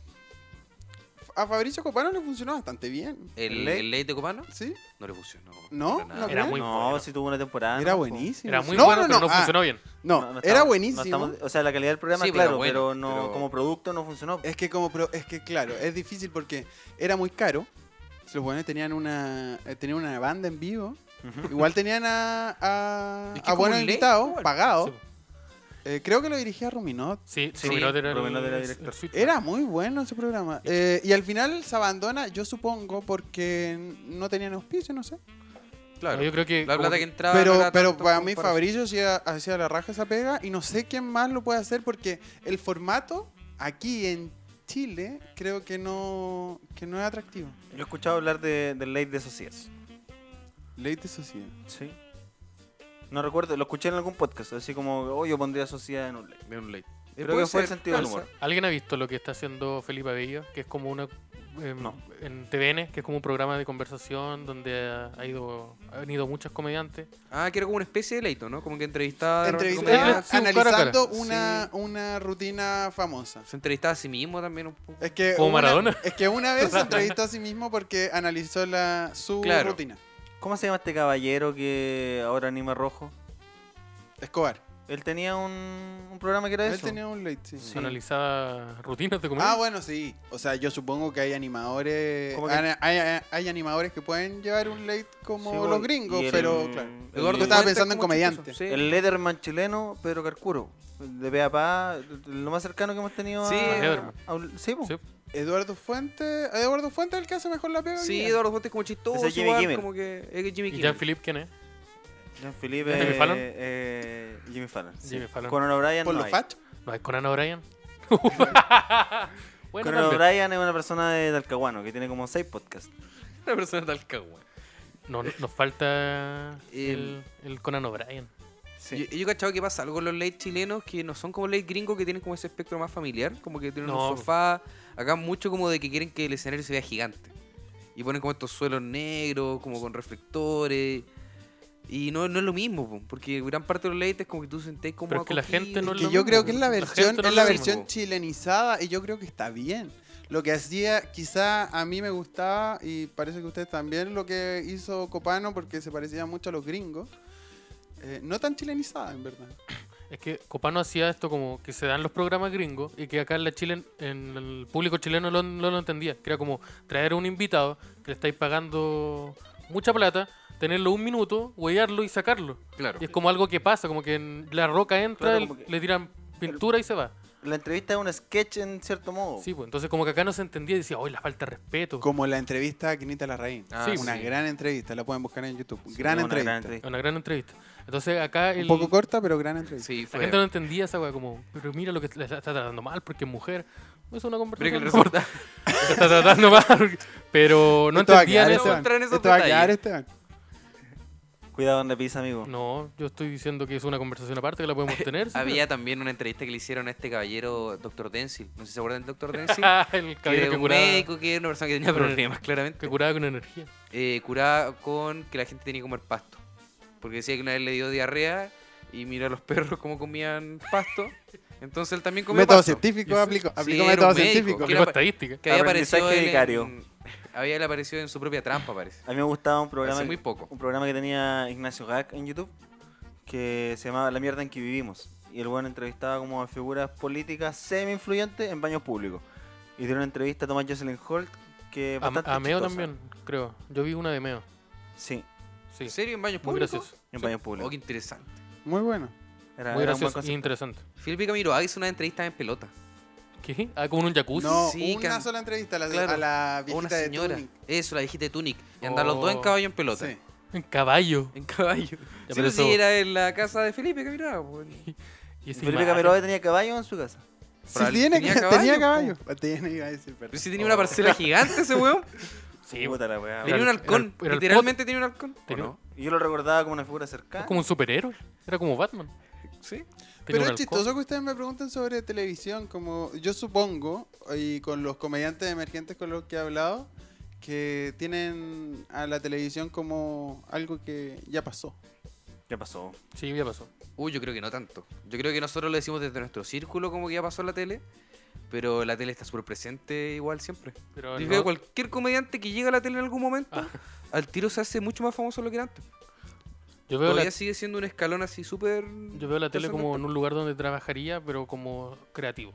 Speaker 5: A Fabricio Copano le funcionó bastante bien.
Speaker 2: El,
Speaker 4: ¿El Late?
Speaker 2: el late de Copano
Speaker 5: ¿Sí?
Speaker 2: no le funcionó.
Speaker 5: No,
Speaker 2: para nada.
Speaker 5: no
Speaker 3: Era
Speaker 5: creo.
Speaker 3: muy
Speaker 4: no,
Speaker 3: bueno.
Speaker 4: si tuvo una temporada.
Speaker 5: Era
Speaker 4: ¿no? pues,
Speaker 5: buenísimo.
Speaker 3: Era muy
Speaker 5: No,
Speaker 3: bueno,
Speaker 5: no,
Speaker 3: pero no
Speaker 5: ah,
Speaker 3: funcionó bien.
Speaker 5: No,
Speaker 4: No, no
Speaker 5: era
Speaker 4: estaba-
Speaker 5: buenísimo.
Speaker 4: no estamos- o sea, la calidad del programa,
Speaker 2: Sí, pero
Speaker 4: claro,
Speaker 2: bueno,
Speaker 4: pero, no
Speaker 2: pero-
Speaker 4: como producto no funcionó.
Speaker 5: Es que como pro- es que claro, es difícil porque era muy caro. Los buenos tenían una eh, tenían una banda en vivo. Igual tenían a, a,
Speaker 2: Es que
Speaker 5: a
Speaker 2: es como
Speaker 5: buenos
Speaker 2: un ley,
Speaker 5: invitados,
Speaker 2: igual.
Speaker 5: pagados.
Speaker 3: Sí, pues.
Speaker 5: Eh, creo que lo dirigía Ruminot.
Speaker 3: Sí,
Speaker 2: Sí,
Speaker 3: Ruminot era, el-
Speaker 4: Ruminot era
Speaker 3: el
Speaker 4: director.
Speaker 3: feedback.
Speaker 5: Era muy bueno ese programa. Eh, y al final se abandona, yo supongo, porque no tenían auspicio, no sé.
Speaker 2: Claro.
Speaker 3: No, yo creo que
Speaker 2: La
Speaker 3: como
Speaker 2: plata
Speaker 3: que-
Speaker 2: que entraba. no
Speaker 5: Pero,
Speaker 2: era
Speaker 5: pero
Speaker 2: tanto
Speaker 5: para
Speaker 2: como
Speaker 5: mí Fabricio hacía, hacía la raja esa pega y no sé quién más lo puede hacer porque el formato aquí en Chile creo que no, que no es atractivo.
Speaker 4: Yo he escuchado hablar de- del ley de socias.
Speaker 5: Ley de sociedad.
Speaker 4: Sí. No recuerdo, lo escuché en algún podcast, así como, oh, yo pondría sociedad en un ley.
Speaker 2: De un late.
Speaker 4: Creo
Speaker 2: Puede
Speaker 4: que fue el
Speaker 2: ser,
Speaker 4: sentido del
Speaker 2: puede
Speaker 4: humor.
Speaker 2: ser.
Speaker 3: ¿Alguien ha visto lo que está haciendo Felipe Abello? Que es como una em,
Speaker 4: No.
Speaker 3: en TVN, que es como un programa de conversación donde ha- ha ido, han ido muchas comediantes.
Speaker 2: Ah, que era como una especie de leito, ¿no? Como que entrevistaba. Ah, de repente
Speaker 5: Entrevistada,
Speaker 3: Sí, cara a cara.
Speaker 5: analizando una, una rutina famosa.
Speaker 2: Se entrevistaba a sí mismo también un poco.
Speaker 5: Es que
Speaker 3: Como
Speaker 5: una-
Speaker 3: Maradona.
Speaker 5: Es que una vez
Speaker 3: (laughs)
Speaker 5: se entrevistó a sí mismo porque analizó la, su
Speaker 2: Claro.
Speaker 5: rutina.
Speaker 4: ¿Cómo se llama este caballero que ahora anima rojo?
Speaker 5: Escobar.
Speaker 4: Él tenía un, un programa que era
Speaker 5: Él
Speaker 4: eso.
Speaker 5: tenía un late, sí.
Speaker 4: Sí.
Speaker 3: Analizaba rutinas de comedia.
Speaker 5: Ah, bueno, sí. O sea, yo supongo que hay animadores.
Speaker 4: ¿Cómo que?
Speaker 5: ana- Hay, hay- hay animadores que pueden llevar un late como
Speaker 4: Sí, bueno,
Speaker 5: los gringos,
Speaker 4: y el-
Speaker 5: pero claro.
Speaker 4: el-
Speaker 5: Yo estaba
Speaker 2: Fuentes
Speaker 5: pensando en
Speaker 2: como chistoso,
Speaker 5: comediante.
Speaker 2: sí.
Speaker 4: El Letterman chileno, Pedro Carcuro. De pe a pa, lo más cercano que hemos tenido
Speaker 2: Sí,
Speaker 4: a,
Speaker 2: a
Speaker 3: Letterman.
Speaker 4: a un- sí, po.
Speaker 3: Sí.
Speaker 5: Eduardo Fuentes. Eduardo Fuentes es el que hace mejor la pega. hoy
Speaker 2: Sí,
Speaker 5: día.
Speaker 2: Eduardo Fuentes como chistoso,
Speaker 4: Ese es Jimmy
Speaker 2: igual,
Speaker 4: Kimmel.
Speaker 2: como que es que Jimmy
Speaker 3: ¿Y
Speaker 2: Kimmel.
Speaker 3: Jean-Philippe quién es?
Speaker 4: Jean-Philippe.
Speaker 3: ¿Jimmy Fallon?
Speaker 4: eh, eh, Jimmy Fallon. sí.
Speaker 3: Jimmy Fallon.
Speaker 4: Conan O'Brien.
Speaker 5: Por
Speaker 4: no
Speaker 5: los
Speaker 4: hay.
Speaker 5: fachos.
Speaker 3: ¿No es Conan O'Brien? bueno,
Speaker 4: Conan
Speaker 3: tal vez.
Speaker 4: O'Brien es una persona de Talcahuano que tiene como seis podcasts.
Speaker 2: Una persona tal cagua.
Speaker 3: No, no- nos falta
Speaker 2: Em.
Speaker 3: el, el Conan O'Brien.
Speaker 4: Sí.
Speaker 2: Yo, yo he cachado que pasa algo con los late chilenos que no son como late gringos que tienen como ese espectro más familiar, como que tienen
Speaker 3: No.
Speaker 2: un sofá. Acá mucho como de que quieren que el escenario se vea gigante. Y ponen como estos suelos negros, como con reflectores. Y no, no es lo mismo, po, porque gran parte de los late es como que tú sentás como
Speaker 3: Pero es que la
Speaker 2: acogido.
Speaker 3: gente no
Speaker 5: Que
Speaker 3: lo
Speaker 5: yo
Speaker 3: mismo,
Speaker 5: creo que es la
Speaker 3: la
Speaker 5: versión,
Speaker 3: gente no
Speaker 5: es
Speaker 3: lo
Speaker 5: la
Speaker 3: mismo.
Speaker 5: versión chilenizada y yo creo que está bien. Lo que hacía, quizá a mí me gustaba y parece que ustedes también lo que hizo Copano porque se parecía mucho a los gringos. Eh, no tan chilenizada, en verdad.
Speaker 3: Es que Copano hacía esto como que se dan los programas gringos y que acá en la Chile, en el público chileno lo- no lo entendía. Que era como traer a un invitado que le estáis pagando mucha plata, tenerlo un minuto, huellarlo y sacarlo.
Speaker 2: (laughs) Claro.
Speaker 3: Y es como algo que pasa, como que en la roca entra,
Speaker 4: Claro, como que-
Speaker 3: le tiran pintura y se va.
Speaker 4: La entrevista es un sketch en cierto modo.
Speaker 3: Sí, pues entonces como que acá no se entendía y decía, hoy la falta de respeto.
Speaker 5: Como la entrevista a Quinita Larraín.
Speaker 2: Ah,
Speaker 3: Sí,
Speaker 5: una
Speaker 2: sí.
Speaker 5: gran entrevista, la pueden buscar en YouTube.
Speaker 4: Sí,
Speaker 5: gran,
Speaker 4: una
Speaker 5: entrevista.
Speaker 3: Una gran entrevista. Entonces acá el,
Speaker 5: Un poco corta, pero gran entrevista.
Speaker 2: Sí,
Speaker 3: la
Speaker 2: fue.
Speaker 3: gente no entendía esa weá, como, pero mira lo que la está tratando mal porque es mujer.
Speaker 2: Pero
Speaker 3: Es una
Speaker 2: que
Speaker 3: conversación.
Speaker 2: el resultado-
Speaker 3: la está tratando (laughs) mal. Pero no
Speaker 5: Esto va a
Speaker 3: entendían
Speaker 5: quedar,
Speaker 3: eso.
Speaker 5: Esteban.
Speaker 2: entrar en esos
Speaker 5: Esto va a quedar,
Speaker 2: detalles.
Speaker 5: Esteban.
Speaker 4: Cuidado donde pisa, amigo.
Speaker 3: No, yo estoy diciendo que es una conversación aparte que la podemos tener. sí, (laughs)
Speaker 2: Había también una entrevista que le hicieron a este caballero, Dr. Densil. No sé si se acuerdan del
Speaker 3: (laughs)
Speaker 2: Dr. Densil.
Speaker 3: pero- Ah,
Speaker 2: que
Speaker 3: el caballero
Speaker 2: era
Speaker 3: que
Speaker 2: un
Speaker 3: curaba,
Speaker 2: médico, que era una persona que tenía
Speaker 3: Pero-
Speaker 2: problemas, claramente.
Speaker 3: que curaba con energía.
Speaker 2: eh, curaba con que la gente tenía que comer pasto. Porque decía que una vez le dio diarrea y mira a los (laughs) perros cómo comían pasto. Entonces él también comía
Speaker 5: Método
Speaker 2: pasto.
Speaker 5: científico,
Speaker 3: Sí,
Speaker 5: aplicó, aplicó
Speaker 2: era un
Speaker 5: método
Speaker 2: médico.
Speaker 5: científico.
Speaker 2: Que
Speaker 3: Aplicó
Speaker 2: la-
Speaker 3: estadística.
Speaker 2: Que había
Speaker 4: Aprendizaje
Speaker 2: aparecido, él
Speaker 4: vicario.
Speaker 2: en, había él aparecido en su propia trampa, parece.
Speaker 4: A mí me gustaba un programa,
Speaker 2: Hace muy poco.
Speaker 4: un programa que tenía Ignacio Gac en YouTube que se llamaba La mierda en que vivimos. Y el weón entrevistaba como a figuras políticas semi-influyentes en baños públicos. Y dio una entrevista a Thomas Jocelyn Holt que es
Speaker 3: A,
Speaker 4: bastante
Speaker 3: a Meo
Speaker 4: chistosa.
Speaker 3: también, creo. Yo vi una de Meo.
Speaker 4: Sí,
Speaker 3: Sí,
Speaker 2: ¿En serio? ¿En baños
Speaker 3: muy
Speaker 2: públicos?
Speaker 3: gracioso.
Speaker 4: en baños
Speaker 2: Oh,
Speaker 4: públicos.
Speaker 2: qué interesante.
Speaker 5: Muy bueno.
Speaker 3: muy
Speaker 4: Era, era un buen
Speaker 3: gracioso e
Speaker 4: concepto.
Speaker 3: interesante.
Speaker 2: Felipe Camiroaga hizo una entrevista en pelota.
Speaker 3: ¿Qué? Ah, como en un jacuzzi.
Speaker 5: No,
Speaker 2: sí,
Speaker 5: una
Speaker 2: can-
Speaker 5: sola entrevista a la,
Speaker 2: claro,
Speaker 5: a la
Speaker 2: O
Speaker 5: viejita
Speaker 2: una
Speaker 5: de
Speaker 2: señora.
Speaker 5: Tuning.
Speaker 2: Eso, la viejita de Tunic. Y andan los dos en
Speaker 3: Oh.
Speaker 2: caballo en pelota.
Speaker 5: Sí.
Speaker 3: En caballo.
Speaker 2: En caballo.
Speaker 3: Ya,
Speaker 2: Sí,
Speaker 3: pero
Speaker 2: pero sí,
Speaker 3: eso-
Speaker 2: era en la casa de pues. Felipe Camiroaga. po.
Speaker 3: Y esa
Speaker 4: Felipe
Speaker 3: imagen.
Speaker 4: Camiroaga tenía caballo en su casa.
Speaker 5: Sí,
Speaker 2: Probable-
Speaker 5: tiene,
Speaker 2: tenía
Speaker 5: tenía
Speaker 2: caballo,
Speaker 5: caballo. Tenía caballo. Tiene, iba a decir, perdón.
Speaker 2: Pero sí
Speaker 3: Oh.
Speaker 2: tenía una parcela gigante ese weón.
Speaker 3: Sí,
Speaker 4: Puta la weá.
Speaker 3: Era
Speaker 2: Tenía
Speaker 3: el-
Speaker 2: un halcón.
Speaker 3: era el- era el
Speaker 2: Literalmente tenía un halcón. ¿O
Speaker 3: Tenía-
Speaker 2: no?
Speaker 4: Y Yo lo recordaba como una figura cercana.
Speaker 3: es como un superhéroe. Era como Batman.
Speaker 2: Sí.
Speaker 3: Tenía
Speaker 5: Pero
Speaker 3: un
Speaker 5: es
Speaker 3: halcón.
Speaker 5: chistoso que ustedes me pregunten sobre televisión, como yo supongo, y con los comediantes emergentes con los que he hablado, que tienen a la televisión como algo que ya pasó.
Speaker 4: ¿Qué pasó?
Speaker 3: Sí, ya pasó.
Speaker 2: Uy, yo creo que no tanto. Yo creo que nosotros lo decimos desde nuestro círculo, como que ya pasó en la tele. Pero la tele está súper presente igual siempre.
Speaker 3: Pero
Speaker 2: Yo
Speaker 3: Ah, no-
Speaker 2: creo que cualquier comediante que llega a la tele en algún momento,
Speaker 3: Ah.
Speaker 2: al tiro se hace mucho más famoso de lo que era antes.
Speaker 3: yo veo
Speaker 2: Todavía
Speaker 3: la,
Speaker 2: sigue siendo un escalón así súper.
Speaker 3: yo veo la tele como en
Speaker 2: trascendente.
Speaker 3: un lugar donde trabajaría, pero como creativo.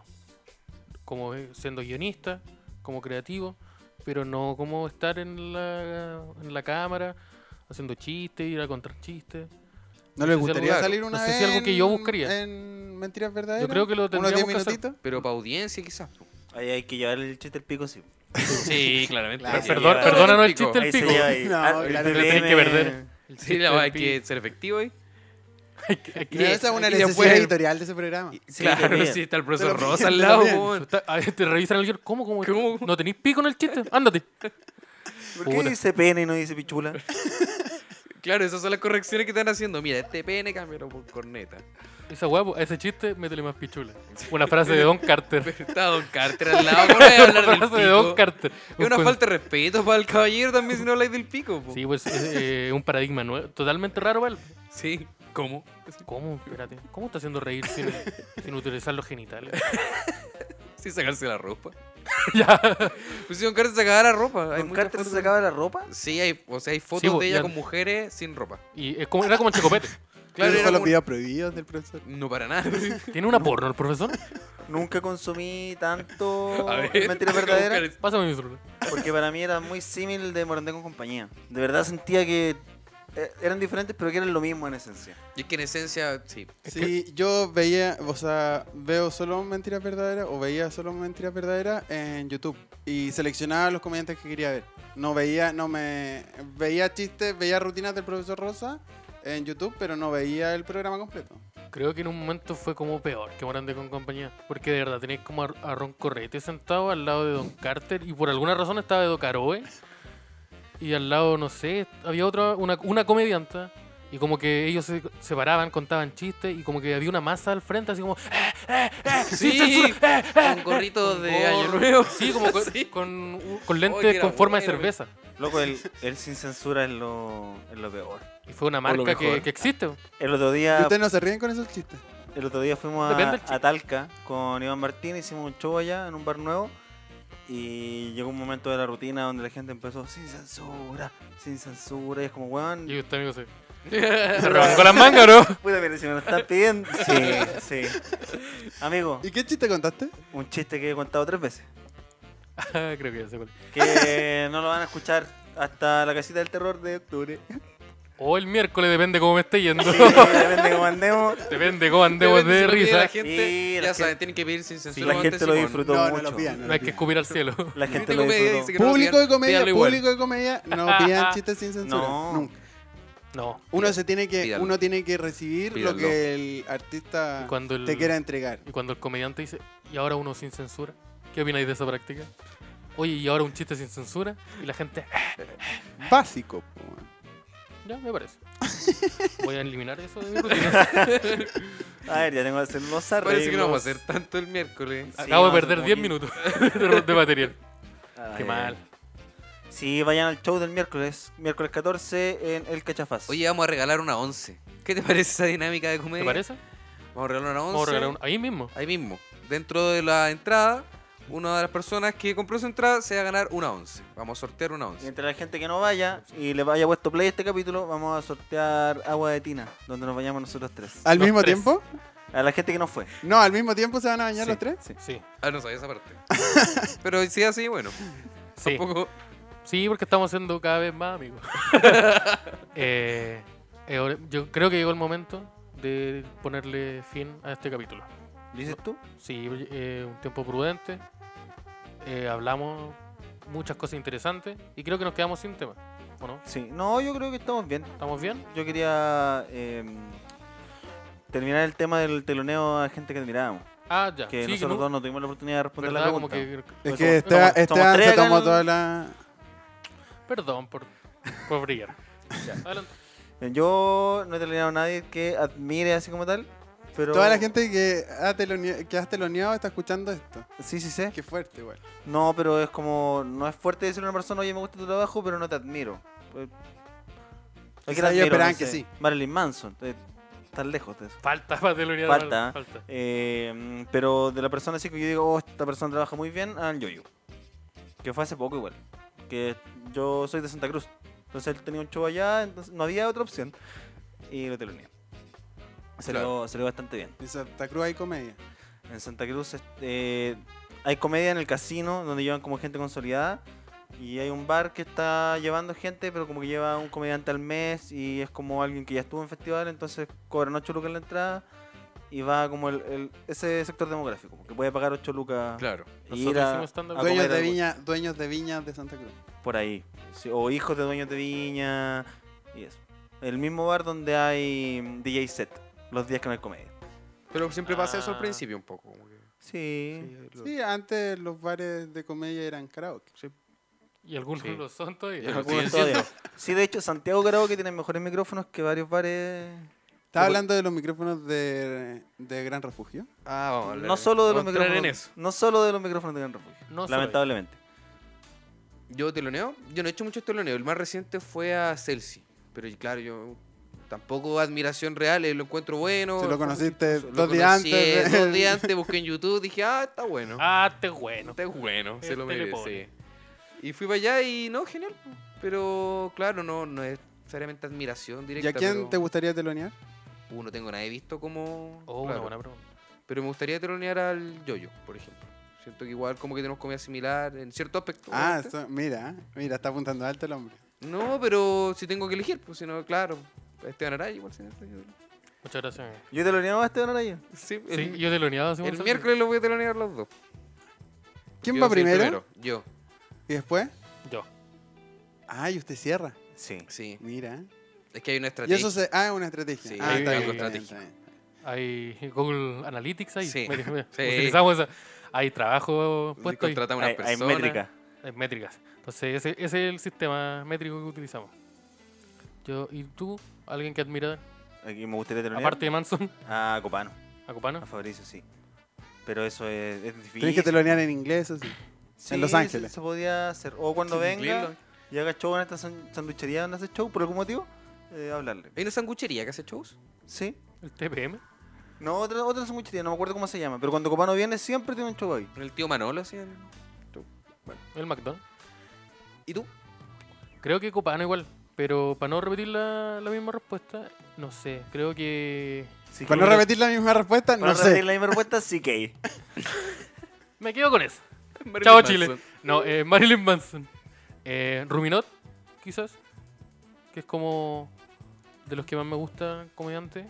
Speaker 3: Como eh, siendo guionista, como creativo, pero no como estar en la, en la cámara haciendo chistes, ir a contar chistes.
Speaker 5: ¿No les
Speaker 3: sé si
Speaker 5: gustaría
Speaker 2: algo-
Speaker 5: salir una
Speaker 3: no sé
Speaker 5: vez
Speaker 3: si algo que yo buscaría.
Speaker 5: en Mentiras Verdaderas?
Speaker 3: Yo creo que lo
Speaker 5: ¿Unos
Speaker 3: tendríamos
Speaker 5: 10
Speaker 3: que hacer.
Speaker 5: minutitos?
Speaker 2: Pero para audiencia, quizás. po.
Speaker 4: Ahí hay que llevar el chiste al pico, sí.
Speaker 2: Sí, claramente.
Speaker 4: Claro,
Speaker 3: (laughs)
Speaker 2: Sí,
Speaker 3: Perdón,
Speaker 4: lleva-
Speaker 3: perdónanos el
Speaker 2: Pico.
Speaker 3: chiste el
Speaker 4: Ahí se
Speaker 3: pico.
Speaker 4: lleva ahí.
Speaker 5: No,
Speaker 4: Ah, el
Speaker 5: claro.
Speaker 3: Lo tienen que
Speaker 4: TVN.
Speaker 3: perder. El
Speaker 2: Sí, (laughs) la
Speaker 3: chiste
Speaker 2: verdad,
Speaker 3: del
Speaker 2: hay que
Speaker 3: pico.
Speaker 2: ser efectivo ahí.
Speaker 3: Hay que- hay que-
Speaker 5: Mira, esa es una
Speaker 2: aquí
Speaker 5: necesidad
Speaker 2: después-
Speaker 5: editorial de ese programa.
Speaker 4: Sí, te
Speaker 2: claro,
Speaker 4: piden.
Speaker 2: sí, está el profesor
Speaker 5: Te lo
Speaker 2: Rosa
Speaker 5: piden,
Speaker 2: al
Speaker 5: te lo
Speaker 2: lado.
Speaker 5: piden.
Speaker 2: po.
Speaker 3: Está- a ver, te revisan el guión. ¿Cómo, cómo?
Speaker 2: ¿Cómo?
Speaker 3: ¿No tenéis pico en el chiste? Ándate.
Speaker 4: ¿Por qué
Speaker 3: Puta.
Speaker 4: dice pene y no dice pichula?
Speaker 2: Claro, esas son las correcciones que están haciendo. Mira, este pene cámbialo por corneta. (laughs)
Speaker 3: Esa guapo, ese chiste, métele más pichula. Una frase de Don Carter.
Speaker 2: Pero está Don Carter al lado, ¿cómo no voy a
Speaker 3: Una
Speaker 2: hablar del
Speaker 3: (laughs) frase de Don
Speaker 2: pico?
Speaker 3: Carter.
Speaker 2: Es una
Speaker 3: Un con-
Speaker 2: falta de respeto para el caballero también si no habláis del pico, po.
Speaker 3: Sí, pues es eh, un paradigma nuevo, totalmente raro, ¿vale?
Speaker 2: Sí, ¿cómo?
Speaker 3: ¿Cómo? Espérate. ¿Cómo está haciendo reír sin, sin utilizar los genitales?
Speaker 2: Sin sacarse la ropa.
Speaker 3: (laughs) ya.
Speaker 2: Pues si Don Carter se acaba la ropa. Hay
Speaker 4: ¿Don
Speaker 2: muchas
Speaker 4: Carter se
Speaker 2: fotos-
Speaker 4: sacaba la ropa?
Speaker 2: Sí, hay, o sea, hay fotos
Speaker 3: Sí, po,
Speaker 2: de ella
Speaker 3: ya-
Speaker 2: con mujeres sin ropa.
Speaker 3: Y es como, era como el chocopete.
Speaker 5: Claro,
Speaker 2: era
Speaker 5: los
Speaker 2: un-
Speaker 5: videos prohibidos del profesor.
Speaker 2: No para nada. (laughs)
Speaker 3: ¿Tiene una porno el profesor?
Speaker 4: (laughs) Nunca consumí (laughs) tanto
Speaker 2: A ver,
Speaker 4: Oh, mentira
Speaker 2: voy a
Speaker 4: verdadera.
Speaker 2: buscar
Speaker 3: Pásame mi celular.
Speaker 4: Porque para mí era muy similar de Morandé con compañía. De verdad sentía que eh, eran diferentes, pero que eran lo mismo en esencia.
Speaker 2: Y es que en esencia,
Speaker 3: (laughs)
Speaker 2: sí.
Speaker 5: Sí, yo veía, o sea, veo solo mentiras verdaderas o veía solo mentiras verdaderas en YouTube y seleccionaba los comediantes que quería ver. No veía, no me veía chistes, veía rutinas del profesor Rosa en YouTube, pero no veía el programa completo.
Speaker 3: Creo que en un momento fue como peor que Morandé con compañía. Porque de verdad tenéis como a, a Ron Correte sentado al lado de Don Carter. Y por alguna razón estaba Edo Caroe. Y al lado, no sé, había otra, una, una comedianta. Y como que ellos se, se paraban, contaban chistes. Y como que había una masa al frente, así como. "Eh,
Speaker 2: Sí, con gorritos de año
Speaker 3: gorro.
Speaker 2: nuevo.
Speaker 3: Sí,
Speaker 2: (laughs)
Speaker 3: como con,
Speaker 2: Sí.
Speaker 3: con, con
Speaker 2: Oye,
Speaker 3: lentes
Speaker 2: era
Speaker 3: con forma de
Speaker 2: bueno.
Speaker 3: cerveza.
Speaker 4: Loco, (laughs) el, el sin censura es lo, es lo peor.
Speaker 3: Y fue una
Speaker 2: O lo
Speaker 3: marca que,
Speaker 2: mejor.
Speaker 3: que existe.
Speaker 4: El otro
Speaker 5: ¿Y
Speaker 4: día,
Speaker 5: ustedes no se ríen con esos chistes?
Speaker 4: el otro día fuimos a,
Speaker 3: Depende del chiste.
Speaker 4: a Talca con Iván Martín, hicimos un show allá en un bar nuevo. Y llegó un momento de la rutina donde la gente empezó sin censura, sin censura. Y es como, weón.
Speaker 3: Y usted,
Speaker 2: (laughs)
Speaker 3: amigo, se, se rebancó las mangas, bro.
Speaker 4: Puta, pero si me lo están pidiendo. Sí, sí. Amigo,
Speaker 5: ¿Y qué chiste contaste?
Speaker 4: un chiste que he contado tres veces.
Speaker 3: Ah, Creo que ya sé cuál.
Speaker 4: que no lo van a escuchar hasta la casita del terror de octubre.
Speaker 3: O el miércoles, depende cómo me esté yendo. (laughs)
Speaker 4: Sí, depende cómo andemos.
Speaker 3: depende cómo andemos
Speaker 2: Depende si
Speaker 3: de
Speaker 2: lo pide
Speaker 3: risa.
Speaker 2: La gente,
Speaker 4: Sí, la
Speaker 2: ya
Speaker 4: gente-
Speaker 2: saben, tienen que pedir sin censura.
Speaker 4: la
Speaker 2: aguante
Speaker 4: gente lo
Speaker 2: Simón.
Speaker 4: disfrutó
Speaker 5: No, no
Speaker 4: mucho.
Speaker 5: lo pidan.
Speaker 3: No hay que escupir al cielo. (laughs)
Speaker 4: La
Speaker 2: Gente
Speaker 4: gente lo
Speaker 2: comedia
Speaker 4: disfrutó.
Speaker 2: dice que no lo
Speaker 5: Público
Speaker 2: pidan,
Speaker 5: y comedia,
Speaker 2: pídanlo igual.
Speaker 5: público y comedia, no
Speaker 4: (laughs)
Speaker 5: pidan chistes sin censura,
Speaker 4: No.
Speaker 5: nunca.
Speaker 3: No.
Speaker 5: Uno se tiene que,
Speaker 2: Pídanlo.
Speaker 5: uno tiene que recibir
Speaker 2: Pídanlo.
Speaker 5: lo que el artista
Speaker 3: Y cuando el,
Speaker 5: te quiera entregar.
Speaker 3: y cuando el comediante dice, y ahora uno sin censura. ¿Qué opináis de esa práctica? Oye, y ahora un chiste sin censura. Y la gente, "Ah,
Speaker 5: Básico. po, weón.
Speaker 3: ya me parece. Voy a eliminar
Speaker 2: (laughs)
Speaker 3: eso de mi rutina.
Speaker 4: A ver, ya tengo que hacer los arreglos.
Speaker 2: Parece que no vamos a hacer tanto el miércoles.
Speaker 4: Sí,
Speaker 3: Acabo
Speaker 4: vamos a
Speaker 3: de perder 10
Speaker 4: hacer como
Speaker 3: minutos (laughs) de, de material.
Speaker 4: Ay,
Speaker 3: Qué mal.
Speaker 4: Sí, vayan al show del miércoles, miércoles 14 en El Cachafaz.
Speaker 2: Oye, vamos a regalar una 11. ¿Qué te parece esa dinámica de comedia?
Speaker 3: ¿Te parece?
Speaker 2: Vamos a regalar una 11.
Speaker 3: Vamos a regalar un- ahí mismo.
Speaker 2: Ahí mismo. Dentro de la entrada, una de las personas que compró su entrada se va a ganar una 11. Vamos a sortear una
Speaker 4: Y
Speaker 2: 11.
Speaker 4: entre la gente que no vaya y le haya puesto play a este capítulo, vamos a sortear agua de tina, donde nos bañamos nosotros tres.
Speaker 5: ¿Al
Speaker 3: Los
Speaker 5: mismo
Speaker 3: tres.
Speaker 5: tiempo?
Speaker 4: A la gente que no fue.
Speaker 5: No, al mismo tiempo se van a bañar
Speaker 4: Sí,
Speaker 5: los tres.
Speaker 4: sí.
Speaker 3: Sí.
Speaker 2: Ah, no sabía esa parte. (laughs) Pero si es así, bueno.
Speaker 3: Sí.
Speaker 2: Tampoco.
Speaker 3: Sí, porque estamos haciendo cada vez más
Speaker 4: (laughs)
Speaker 3: amigos. Eh, eh, ahora- yo creo que llegó el momento de ponerle fin a este capítulo.
Speaker 4: ¿Dices tú?
Speaker 3: Sí, eh, un tiempo prudente. eh, hablamos muchas cosas interesantes y creo que nos quedamos sin tema. ¿O no?
Speaker 4: Sí. No, yo creo que estamos bien.
Speaker 3: ¿Estamos bien?
Speaker 4: Yo quería eh, terminar el tema del teloneo a gente que admirábamos.
Speaker 3: Ah, ya.
Speaker 4: Que
Speaker 3: sí,
Speaker 4: nosotros
Speaker 3: que no-
Speaker 4: dos no tuvimos la oportunidad de responder la
Speaker 3: ¿verdad? Como
Speaker 4: pregunta.
Speaker 3: que-
Speaker 4: Pues
Speaker 5: Es que
Speaker 4: somos-
Speaker 5: Esteban,
Speaker 4: somos- somos
Speaker 5: Esteban
Speaker 4: tres
Speaker 5: se
Speaker 4: acá
Speaker 5: tomó
Speaker 4: en-
Speaker 5: toda la...
Speaker 3: perdón por, por
Speaker 4: (laughs)
Speaker 3: brillar. Adelante.
Speaker 4: Yo no he teloneado a nadie que admire así como tal, pero...
Speaker 5: Toda la gente que ha, telonea- que ha teloneado está escuchando esto.
Speaker 4: Sí, sí, sé.
Speaker 5: Qué fuerte, igual.
Speaker 4: No, pero es como... No es fuerte decirle a una persona, oye, me gusta tu trabajo, pero no te admiro. Pues- ¿A quién
Speaker 5: Quizá ellos esperaban que sí.
Speaker 4: Marilyn Manson. Eh, Estás lejos de eso.
Speaker 3: Falta (laughs) para telonear.
Speaker 4: Falta, ¿eh?
Speaker 3: Falta.
Speaker 4: Eh, mm, pero de la persona así que yo digo, oh, esta persona trabaja muy bien, al Yoyo. Que fue hace poco igual. Que yo soy de Santa Cruz. Entonces él tenía un show allá, entonces no había otra opción. Y lo teloneé. Se
Speaker 2: Claro.
Speaker 4: lo salió bastante bien.
Speaker 5: En Santa Cruz hay comedia.
Speaker 4: En Santa Cruz este, hay comedia en el casino, donde llevan como gente consolidada. Y hay un bar que está llevando gente, pero como que lleva un comediante al mes y es como alguien que ya estuvo en festival, entonces cobran 8 lucas en la entrada y va como el, el- ese sector demográfico, como que puede pagar 8 lucas
Speaker 2: Claro.
Speaker 4: y
Speaker 3: Nosotros
Speaker 4: ir a-
Speaker 3: hicimos stand-up.
Speaker 4: a
Speaker 3: Dueños
Speaker 5: Dueños
Speaker 4: comer
Speaker 5: de,
Speaker 4: algo
Speaker 5: viña, dueños de viñas de Santa Cruz.
Speaker 4: por ahí. sí, o hijos de dueños de viña y eso. El mismo bar donde hay mm, DJ set, los días que no hay comedia.
Speaker 2: Pero siempre pasa eso al
Speaker 3: Ah.
Speaker 2: principio un poco. como que-
Speaker 4: Sí.
Speaker 2: Sí, lo-
Speaker 5: Sí, antes los bares de comedia eran karaoke.
Speaker 3: Y algunos
Speaker 2: Sí.
Speaker 3: lo son todavía.
Speaker 2: Y algunos
Speaker 4: Algunos
Speaker 2: Sí,
Speaker 4: todavía. Sí, de hecho, Santiago creo que tiene mejores micrófonos que varios bares.
Speaker 5: Estaba hablando de los micrófonos de, de Gran Refugio.
Speaker 2: Ah, vamos a hablar.
Speaker 4: No solo de los
Speaker 3: Vamos a entrar
Speaker 4: micrófonos.
Speaker 3: en eso.
Speaker 4: No solo de los micrófonos de Gran Refugio.
Speaker 3: No solo
Speaker 4: lamentablemente.
Speaker 2: Yo teloneo. Yo no he hecho muchos teloneos. El más reciente fue a Celsi. Pero y claro, yo tampoco admiración real. eh, Lo encuentro bueno.
Speaker 5: Se lo conociste
Speaker 2: Lo
Speaker 5: dos días
Speaker 2: conocí, eh,
Speaker 5: antes. de-
Speaker 2: Dos días antes busqué en YouTube. Dije, ah, está bueno.
Speaker 3: Ah, este bueno.
Speaker 2: Está bueno. Se
Speaker 3: Este
Speaker 2: lo
Speaker 3: le
Speaker 2: merece.
Speaker 3: pone.
Speaker 2: Y fui para allá y no, genial. po. Pero claro, no, no es necesariamente admiración
Speaker 5: ¿Y
Speaker 2: directa.
Speaker 5: a quién
Speaker 2: pero,
Speaker 5: te gustaría telonear?
Speaker 2: Uh, no tengo nadie visto como.
Speaker 3: Oh,
Speaker 2: claro.
Speaker 3: una buena pregunta.
Speaker 2: Pero me gustaría telonear al Yoyo, por ejemplo. Siento que igual como que tenemos comida similar en cierto aspecto.
Speaker 5: Ah,
Speaker 2: obviamente.
Speaker 5: eso- mira, mira, está apuntando alto el hombre.
Speaker 2: No, pero si tengo que elegir, pues si no, claro. Esteban Araya igual. si no, este-
Speaker 3: Muchas gracias. amigo.
Speaker 4: Yo te lo niego a este Araya.
Speaker 2: Sí, el,
Speaker 3: Sí, yo teloneado hace
Speaker 2: el
Speaker 3: mucho
Speaker 2: miércoles los voy a telonear los dos.
Speaker 5: ¿Quién
Speaker 2: Yo
Speaker 5: va
Speaker 2: soy el
Speaker 5: primero?
Speaker 2: primero, Yo,
Speaker 5: ¿Y después?
Speaker 3: tiempo. Yo.
Speaker 5: Ah, y usted cierra.
Speaker 4: Sí.
Speaker 2: sí.
Speaker 5: Mira.
Speaker 2: Es que hay una
Speaker 5: Y
Speaker 2: estrategia.
Speaker 5: eso se. Ah, es una estrategia.
Speaker 2: Sí,
Speaker 5: ah,
Speaker 3: hay
Speaker 5: está
Speaker 3: algo
Speaker 5: bien, está bien,
Speaker 2: estratégico.
Speaker 5: está bien.
Speaker 3: Hay Google Analytics ahí.
Speaker 2: Sí.
Speaker 3: Mira, mira,
Speaker 2: (laughs) Sí.
Speaker 3: Utilizamos esa. Hay trabajo
Speaker 2: Si
Speaker 3: puesto ahí.
Speaker 2: contrata a una
Speaker 4: Hay, hay
Speaker 2: persona.
Speaker 4: métrica.
Speaker 3: Hay métricas. Entonces, ese, ese es el sistema métrico que utilizamos. Yo, ¿Y tú? ¿Alguien que admira?
Speaker 4: Aquí me gustaría tener
Speaker 3: Aparte de Manson, (laughs)
Speaker 4: a Copano,
Speaker 3: a
Speaker 4: a
Speaker 3: Copano.
Speaker 4: Fabricio, sí. Pero eso es, es difícil.
Speaker 5: Tenés que telonear en
Speaker 2: (laughs)
Speaker 5: inglés, eso sí.
Speaker 4: Sí,
Speaker 5: en Los
Speaker 4: se-
Speaker 5: Ángeles.
Speaker 4: Se, podía hacer. O cuando
Speaker 2: Sí,
Speaker 4: venga
Speaker 2: incluirlo.
Speaker 4: y haga show en esta san- sanduchería donde hace show, por algún motivo, eh, hablarle.
Speaker 2: ¿Hay una sanguchería que hace shows?
Speaker 4: Sí.
Speaker 3: El TPM.
Speaker 4: No, otra, otra sanduchería, no me acuerdo cómo se llama. Pero cuando Copano viene, siempre tiene un show ahí.
Speaker 2: Con el tío Manolo hacían.
Speaker 3: El McDonald's.
Speaker 2: ¿Y tú?
Speaker 3: Creo que Copano igual. Pero para no repetir la, la misma respuesta, no sé. Creo que...
Speaker 4: Sí,
Speaker 5: Para no
Speaker 4: creo-
Speaker 5: repetir la misma (laughs) respuesta,
Speaker 4: para
Speaker 5: no
Speaker 4: repetir
Speaker 5: sé.
Speaker 4: la misma respuesta, sí que hay.
Speaker 3: Me quedo con eso.
Speaker 2: Marilyn
Speaker 3: Chao
Speaker 2: Manson.
Speaker 3: Chile. No, eh, Marilyn Manson. Eh, Ruminot, quizás. Que es como de los que más me gusta comediante.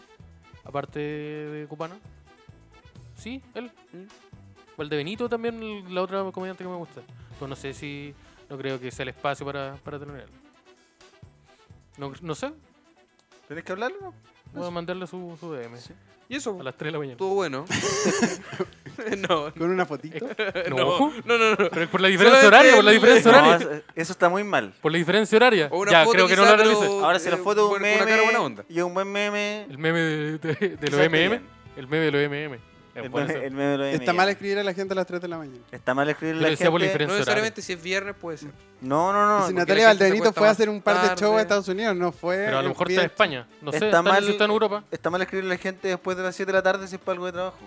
Speaker 3: Aparte de Copano. Sí, él.
Speaker 2: Mm.
Speaker 3: Valdebenito también, el- la otra comediante que me gusta. Pero no sé si. No creo que sea el espacio para, para tener él. No, no sé.
Speaker 4: ¿Tenés que hablarle? no?
Speaker 3: Voy a mandarle su, su DM.
Speaker 2: ¿Y eso?
Speaker 3: A las 3 de la mañana.
Speaker 2: Estuvo
Speaker 3: (laughs)
Speaker 2: bueno. (laughs) no.
Speaker 5: Con una
Speaker 2: (laughs)
Speaker 5: fotito.
Speaker 3: No,
Speaker 2: No, no, no.
Speaker 3: pero es por la diferencia
Speaker 2: Solamente
Speaker 3: horaria, por la
Speaker 2: el-
Speaker 3: diferencia
Speaker 4: No,
Speaker 3: horaria.
Speaker 4: es- eso está muy mal.
Speaker 3: Por la diferencia horaria.
Speaker 2: O una
Speaker 3: Ya,
Speaker 2: foto
Speaker 3: creo que no lo
Speaker 2: quizá, pero-
Speaker 3: analicé.
Speaker 4: Ahora, si la
Speaker 2: eh,
Speaker 4: foto de un
Speaker 2: con- con una cara
Speaker 4: meme
Speaker 2: buena onda.
Speaker 4: y un buen meme...
Speaker 3: El meme de, de- de los
Speaker 4: quizás
Speaker 3: MM.
Speaker 4: bien.
Speaker 3: El meme de los MM.
Speaker 4: El
Speaker 3: Es bueno
Speaker 4: meme,
Speaker 3: ese.
Speaker 4: el meme de los
Speaker 5: Está mal
Speaker 4: MM.
Speaker 5: escribir a la gente a las 3 de la mañana.
Speaker 4: Está mal escribir
Speaker 3: Yo
Speaker 4: la
Speaker 3: le decía "Pues, por la
Speaker 4: gente.
Speaker 2: No
Speaker 3: diferencia horaria.
Speaker 2: necesariamente si es viernes puede ser.
Speaker 4: No, no,
Speaker 5: si
Speaker 4: no.
Speaker 2: porque
Speaker 5: Natalia
Speaker 2: la gente se
Speaker 5: Valdenito
Speaker 2: acuesta
Speaker 5: fue a
Speaker 2: más
Speaker 5: hacer un par de
Speaker 2: tarde.
Speaker 5: shows a Estados Unidos, no fue.
Speaker 3: Pero a lo
Speaker 5: en
Speaker 3: mejor
Speaker 5: pie-
Speaker 3: está en España. No sé,
Speaker 4: Está
Speaker 3: está,
Speaker 4: mal-
Speaker 3: mal, está en Europa.
Speaker 4: Está mal escribir a la gente después de las 7 de la tarde si es para algo de trabajo.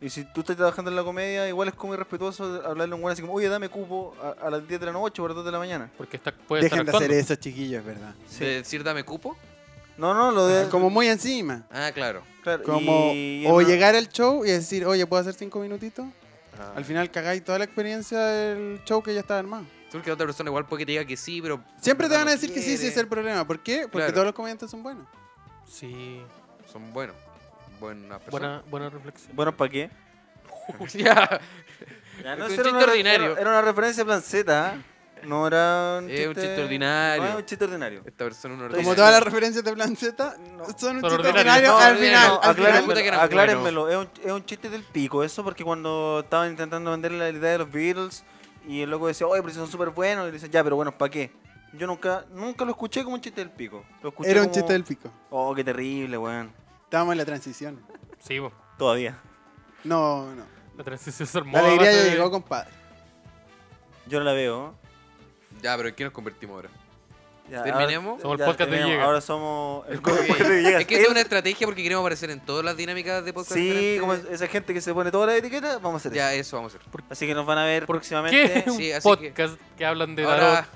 Speaker 4: Y si tú estás trabajando en la comedia, igual es como irrespetuoso hablarle a un güey así como, oye, dame cupo a, a las 10 de la noche o a las 2 de la mañana.
Speaker 3: Porque está, puede
Speaker 5: Dejen de
Speaker 3: estar
Speaker 5: hacer
Speaker 3: actuando.
Speaker 5: eso, chiquillos, es verdad.
Speaker 4: Sí.
Speaker 2: De decir dame cupo.
Speaker 4: No, no, lo de.
Speaker 5: Ah, Como muy encima.
Speaker 2: Ah, claro.
Speaker 4: claro,
Speaker 5: Como
Speaker 4: y-
Speaker 5: o
Speaker 4: no-
Speaker 5: llegar al show y decir, oye, ¿puedo hacer cinco minutitos?
Speaker 2: Ah.
Speaker 5: Al final cagáis toda la experiencia del show que ya estaba armado.
Speaker 2: Tú que otra persona igual puede que te diga que sí, pero.
Speaker 5: Siempre te
Speaker 2: pero
Speaker 5: van
Speaker 2: no
Speaker 5: a decir que sí, sí es
Speaker 2: quiere.
Speaker 5: el problema. ¿Por qué? Porque
Speaker 2: Claro.
Speaker 5: todos los comediantes son buenos.
Speaker 3: Sí,
Speaker 2: Son buenos. Buenas personas.
Speaker 3: buena, buena reflexión.
Speaker 4: Bueno, ¿para qué?
Speaker 2: (laughs) Ya.
Speaker 4: Ya,
Speaker 2: Es un
Speaker 4: era
Speaker 2: chiste
Speaker 4: una-
Speaker 2: ordinario.
Speaker 4: Era, era una referencia plan Z, ¿ah? No era un
Speaker 2: Es un chiste ordinario.
Speaker 4: No es un chiste ordinario.
Speaker 2: Esta persona no
Speaker 5: Como
Speaker 4: Sí.
Speaker 5: todas las referencias de Planceta,
Speaker 4: No.
Speaker 5: son un
Speaker 3: Son
Speaker 5: chiste
Speaker 3: ordinarios.
Speaker 5: ordinario
Speaker 2: No,
Speaker 5: al
Speaker 2: ordinario,
Speaker 5: final.
Speaker 2: no,
Speaker 5: al
Speaker 2: aclárame.
Speaker 5: final.
Speaker 2: Puta que eran
Speaker 4: aclárenmelo. Es un, es un chiste del pico eso, porque cuando estaban intentando vender la idea de los Beatles y el loco decía, oye, pero si son súper buenos, y le dicen, ya, pero bueno, ¿para qué? Yo nunca, nunca lo escuché como un chiste del pico. Lo escuché
Speaker 5: Era un
Speaker 4: como,
Speaker 5: chiste del pico.
Speaker 4: Oh, qué terrible, weón.
Speaker 5: Estábamos en la transición.
Speaker 3: Sí, po.
Speaker 4: Todavía.
Speaker 5: No, no.
Speaker 3: la transición se armó.
Speaker 5: La alegría
Speaker 3: a base
Speaker 5: ya
Speaker 3: de-
Speaker 5: llegó, compadre.
Speaker 4: Yo no la veo.
Speaker 2: Ya, pero ¿en qué nos convertimos ahora?
Speaker 4: Ya,
Speaker 2: ¿Terminemos?
Speaker 4: ahora-
Speaker 3: Somos el
Speaker 4: ya,
Speaker 3: podcast de
Speaker 4: terminemos.
Speaker 3: Villegas.
Speaker 4: Ahora somos el
Speaker 2: Ok.
Speaker 4: podcast de
Speaker 2: (laughs)
Speaker 4: Villegas.
Speaker 2: Es que esta es una estrategia porque queremos aparecer en todas las dinámicas de podcast.
Speaker 4: Sí,
Speaker 2: diferentes.
Speaker 4: como esa gente que se pone toda la etiqueta, vamos a hacer eso.
Speaker 2: Ya, eso vamos a hacer.
Speaker 4: Así que nos van a ver próximamente.
Speaker 3: ¿Qué? Un
Speaker 2: Sí, así
Speaker 3: podcast que... hablan de
Speaker 2: Ahora.
Speaker 3: tarot.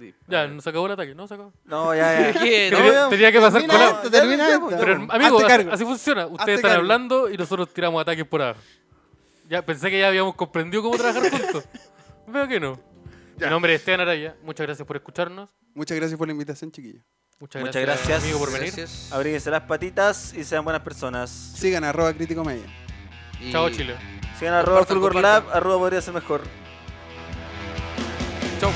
Speaker 2: Sí,
Speaker 3: Ya,
Speaker 2: vale.
Speaker 3: nos acabó el ataque. No, se acabó.
Speaker 4: No, ya, ya.
Speaker 2: ¿Qué?
Speaker 4: Pero
Speaker 2: Eh, No,
Speaker 4: ya-
Speaker 3: tenía que pasar
Speaker 4: termina
Speaker 3: colado.
Speaker 4: esto,
Speaker 5: Termina
Speaker 4: termina
Speaker 5: esto.
Speaker 4: esto.
Speaker 3: Pero,
Speaker 5: Hazte
Speaker 3: amigos, así,
Speaker 5: cargo.
Speaker 3: así funciona. Ustedes están
Speaker 5: cargo.
Speaker 3: hablando y nosotros tiramos ataques por abajo. Ya pensé que ya habíamos comprendido cómo
Speaker 2: (laughs)
Speaker 3: trabajar juntos. Veo que no. Mi nombre es Esteban Araya. Muchas gracias por escucharnos.
Speaker 5: Muchas gracias por la invitación, chiquillos.
Speaker 3: Muchas,
Speaker 4: Muchas
Speaker 3: gracias,
Speaker 4: gracias.
Speaker 3: amigo, por venir.
Speaker 2: Gracias.
Speaker 4: Abríguense las patitas y sean buenas personas.
Speaker 5: Sigan arroba crítico media.
Speaker 2: Y-
Speaker 3: Chao, Chile.
Speaker 4: Sigan arroba
Speaker 2: Compartan,
Speaker 4: Fulgor Lab, arroba podría ser mejor.
Speaker 2: Chao.